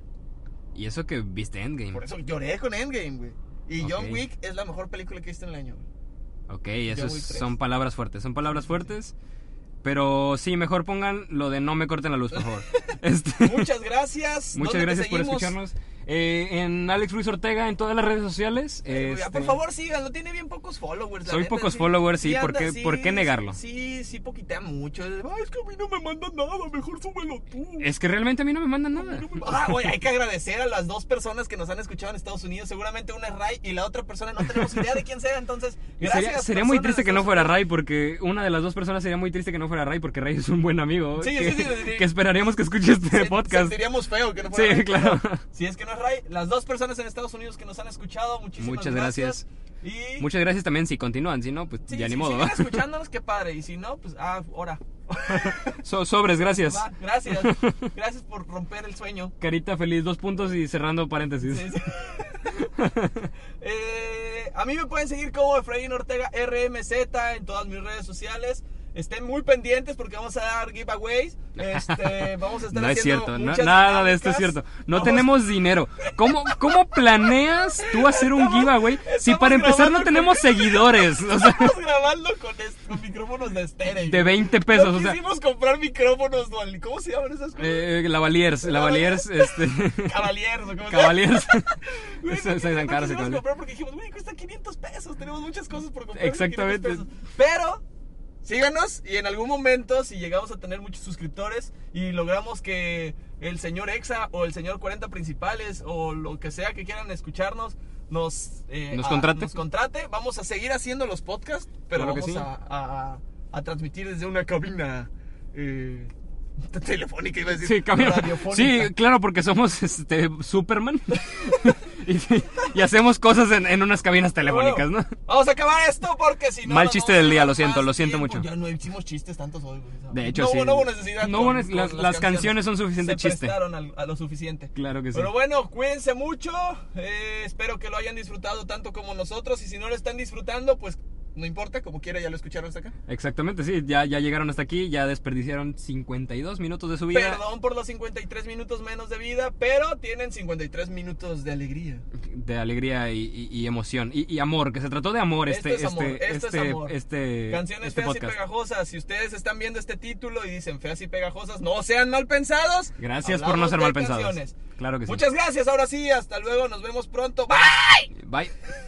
B: Y eso que viste Endgame.
A: Por eso lloré con Endgame, güey. Y John
B: Ok.
A: Wick es la mejor película que viste en el año. güey.
B: Ok, eso
A: John Wick
B: es-
A: tres.
B: son palabras fuertes, son palabras fuertes. Pero sí, mejor pongan lo de no me corten la luz, por favor. Este,
A: Muchas gracias.
B: muchas
A: ¿Dónde te
B: gracias por
A: seguimos?
B: escucharnos. Eh, en Alex Ruiz Ortega, en todas las redes sociales.
A: Eh, güey, ah, Por
B: este,
A: favor, síganlo. Tiene bien pocos followers. la
B: Soy
A: neta,
B: pocos followers, sí, ¿por
A: anda,
B: qué- por qué negarlo?
A: Sí, sí, poquitea mucho. Ay, es que a mí no me mandan nada. Mejor súbelo tú.
B: Es que realmente a mí no me mandan nada.
A: Ah, güey, hay que agradecer a las dos personas que nos han escuchado en Estados Unidos. Seguramente una es Ray y la otra persona no tenemos idea de quién sea. Entonces,
B: Y
A: gracias.
B: sería sería muy
A: personas
B: triste
A: de
B: que no
A: Estados
B: fuera Ray, porque una de las dos personas sería muy triste que no fuera Ray, porque Ray es un buen amigo.
A: Sí,
B: que,
A: sí, sí, sí.
B: que esperaríamos que escuche este
A: Se-
B: podcast.
A: Sentiríamos feo que no fuera
B: Sí,
A: Ray,
B: claro.
A: Si es que no es Ray, las dos personas en Estados Unidos que nos han escuchado, muchísimas
B: Muchas
A: gracias.
B: gracias.
A: Y
B: Muchas gracias también si continúan, si no, pues
A: sí,
B: ya ni
A: si
B: modo.
A: siguen
B: ¿va?
A: escuchándonos, qué padre. Y si no, pues, ah, ahora.
B: So- sobres, gracias.
A: Va, gracias. Gracias por romper el sueño.
B: Carita feliz, dos puntos y cerrando paréntesis.
A: Sí, sí. Eh, a mí me pueden seguir como Efraín Ortega RMZ en todas mis redes sociales. Estén muy pendientes porque vamos a dar giveaways. Este, vamos a estar
B: No es
A: haciendo
B: cierto, no-
A: muchas
B: nada de esto es
A: dinámicas.
B: cierto. No
A: Vamos-
B: tenemos dinero. ¿Cómo, ¿Cómo planeas tú hacer un giveaway si
A: estamos
B: para empezar
A: grabando
B: no
A: con-
B: tenemos seguidores? O sea,
A: Estamos grabando con, est- con micrófonos de estéreo.
B: de 20 pesos. O sea,
A: quisimos comprar micrófonos dual. ¿Cómo se llaman esas cosas?
B: eh, Lavaliers, Lavaliers, este.
A: Cavaliers, ¿o cómo se llama?
B: Cavaliers.
A: Güey,
B: Se-
A: no
B: se
A: quisimos
B: zancaron, se cavaliers.
A: comprar porque dijimos, güey, cuesta 500 pesos. Tenemos muchas cosas por comprar. de
B: Exactamente.
A: 500 pesos. Pero síganos y en algún momento, si llegamos a tener muchos suscriptores y logramos que el señor Exa o el señor 40 principales o lo que sea que quieran escucharnos nos, eh,
B: Nos
A: a-
B: contrate.
A: nos contrate, vamos a seguir haciendo los podcasts, pero
B: Claro que
A: vamos
B: sí.
A: a, a- a transmitir desde una cabina. eh, telefónica iba a decir
B: Sí, cambio. Sí,
A: radiofónica.
B: claro, porque somos este Superman y, y hacemos cosas en, en unas cabinas telefónicas, ¿no?
A: Vamos a acabar esto porque si no.
B: Mal
A: nos
B: chiste
A: vamos a
B: del día,
A: llevar
B: lo siento,
A: más
B: lo siento
A: tiempo.
B: mucho.
A: Ya no hicimos chistes tantos hoy, güey, ¿sabes?
B: De hecho,
A: no,
B: sí.
A: hubo- No hubo necesidad.
B: No hubo nece- las- las canciones son suficiente
A: Se
B: chiste.
A: prestaron al- a lo suficiente.
B: Claro que sí.
A: Pero bueno, cuídense mucho. eh, espero que lo hayan disfrutado tanto como nosotros. Y si no lo están disfrutando, pues no importa, como quiera, ya lo escucharon hasta acá.
B: Exactamente, sí, ya, ya llegaron hasta aquí, ya desperdiciaron 52 minutos de su vida.
A: Perdón por los 53 minutos menos de vida, pero tienen 53 minutos de alegría.
B: de alegría y, y- y emoción y, y amor, que se trató de amor este
A: Esto es amor,
B: este
A: esto es
B: este
A: amor.
B: este,
A: Canciones
B: este
A: feas y pegajosas. Si ustedes están viendo este título y dicen feas y pegajosas, no sean mal pensados.
B: Gracias por
A: Hablamos
B: no ser
A: de
B: mal pensados.
A: canciones.
B: Claro que sí.
A: Muchas gracias, ahora sí, hasta luego, nos vemos pronto. Bye.
B: Bye.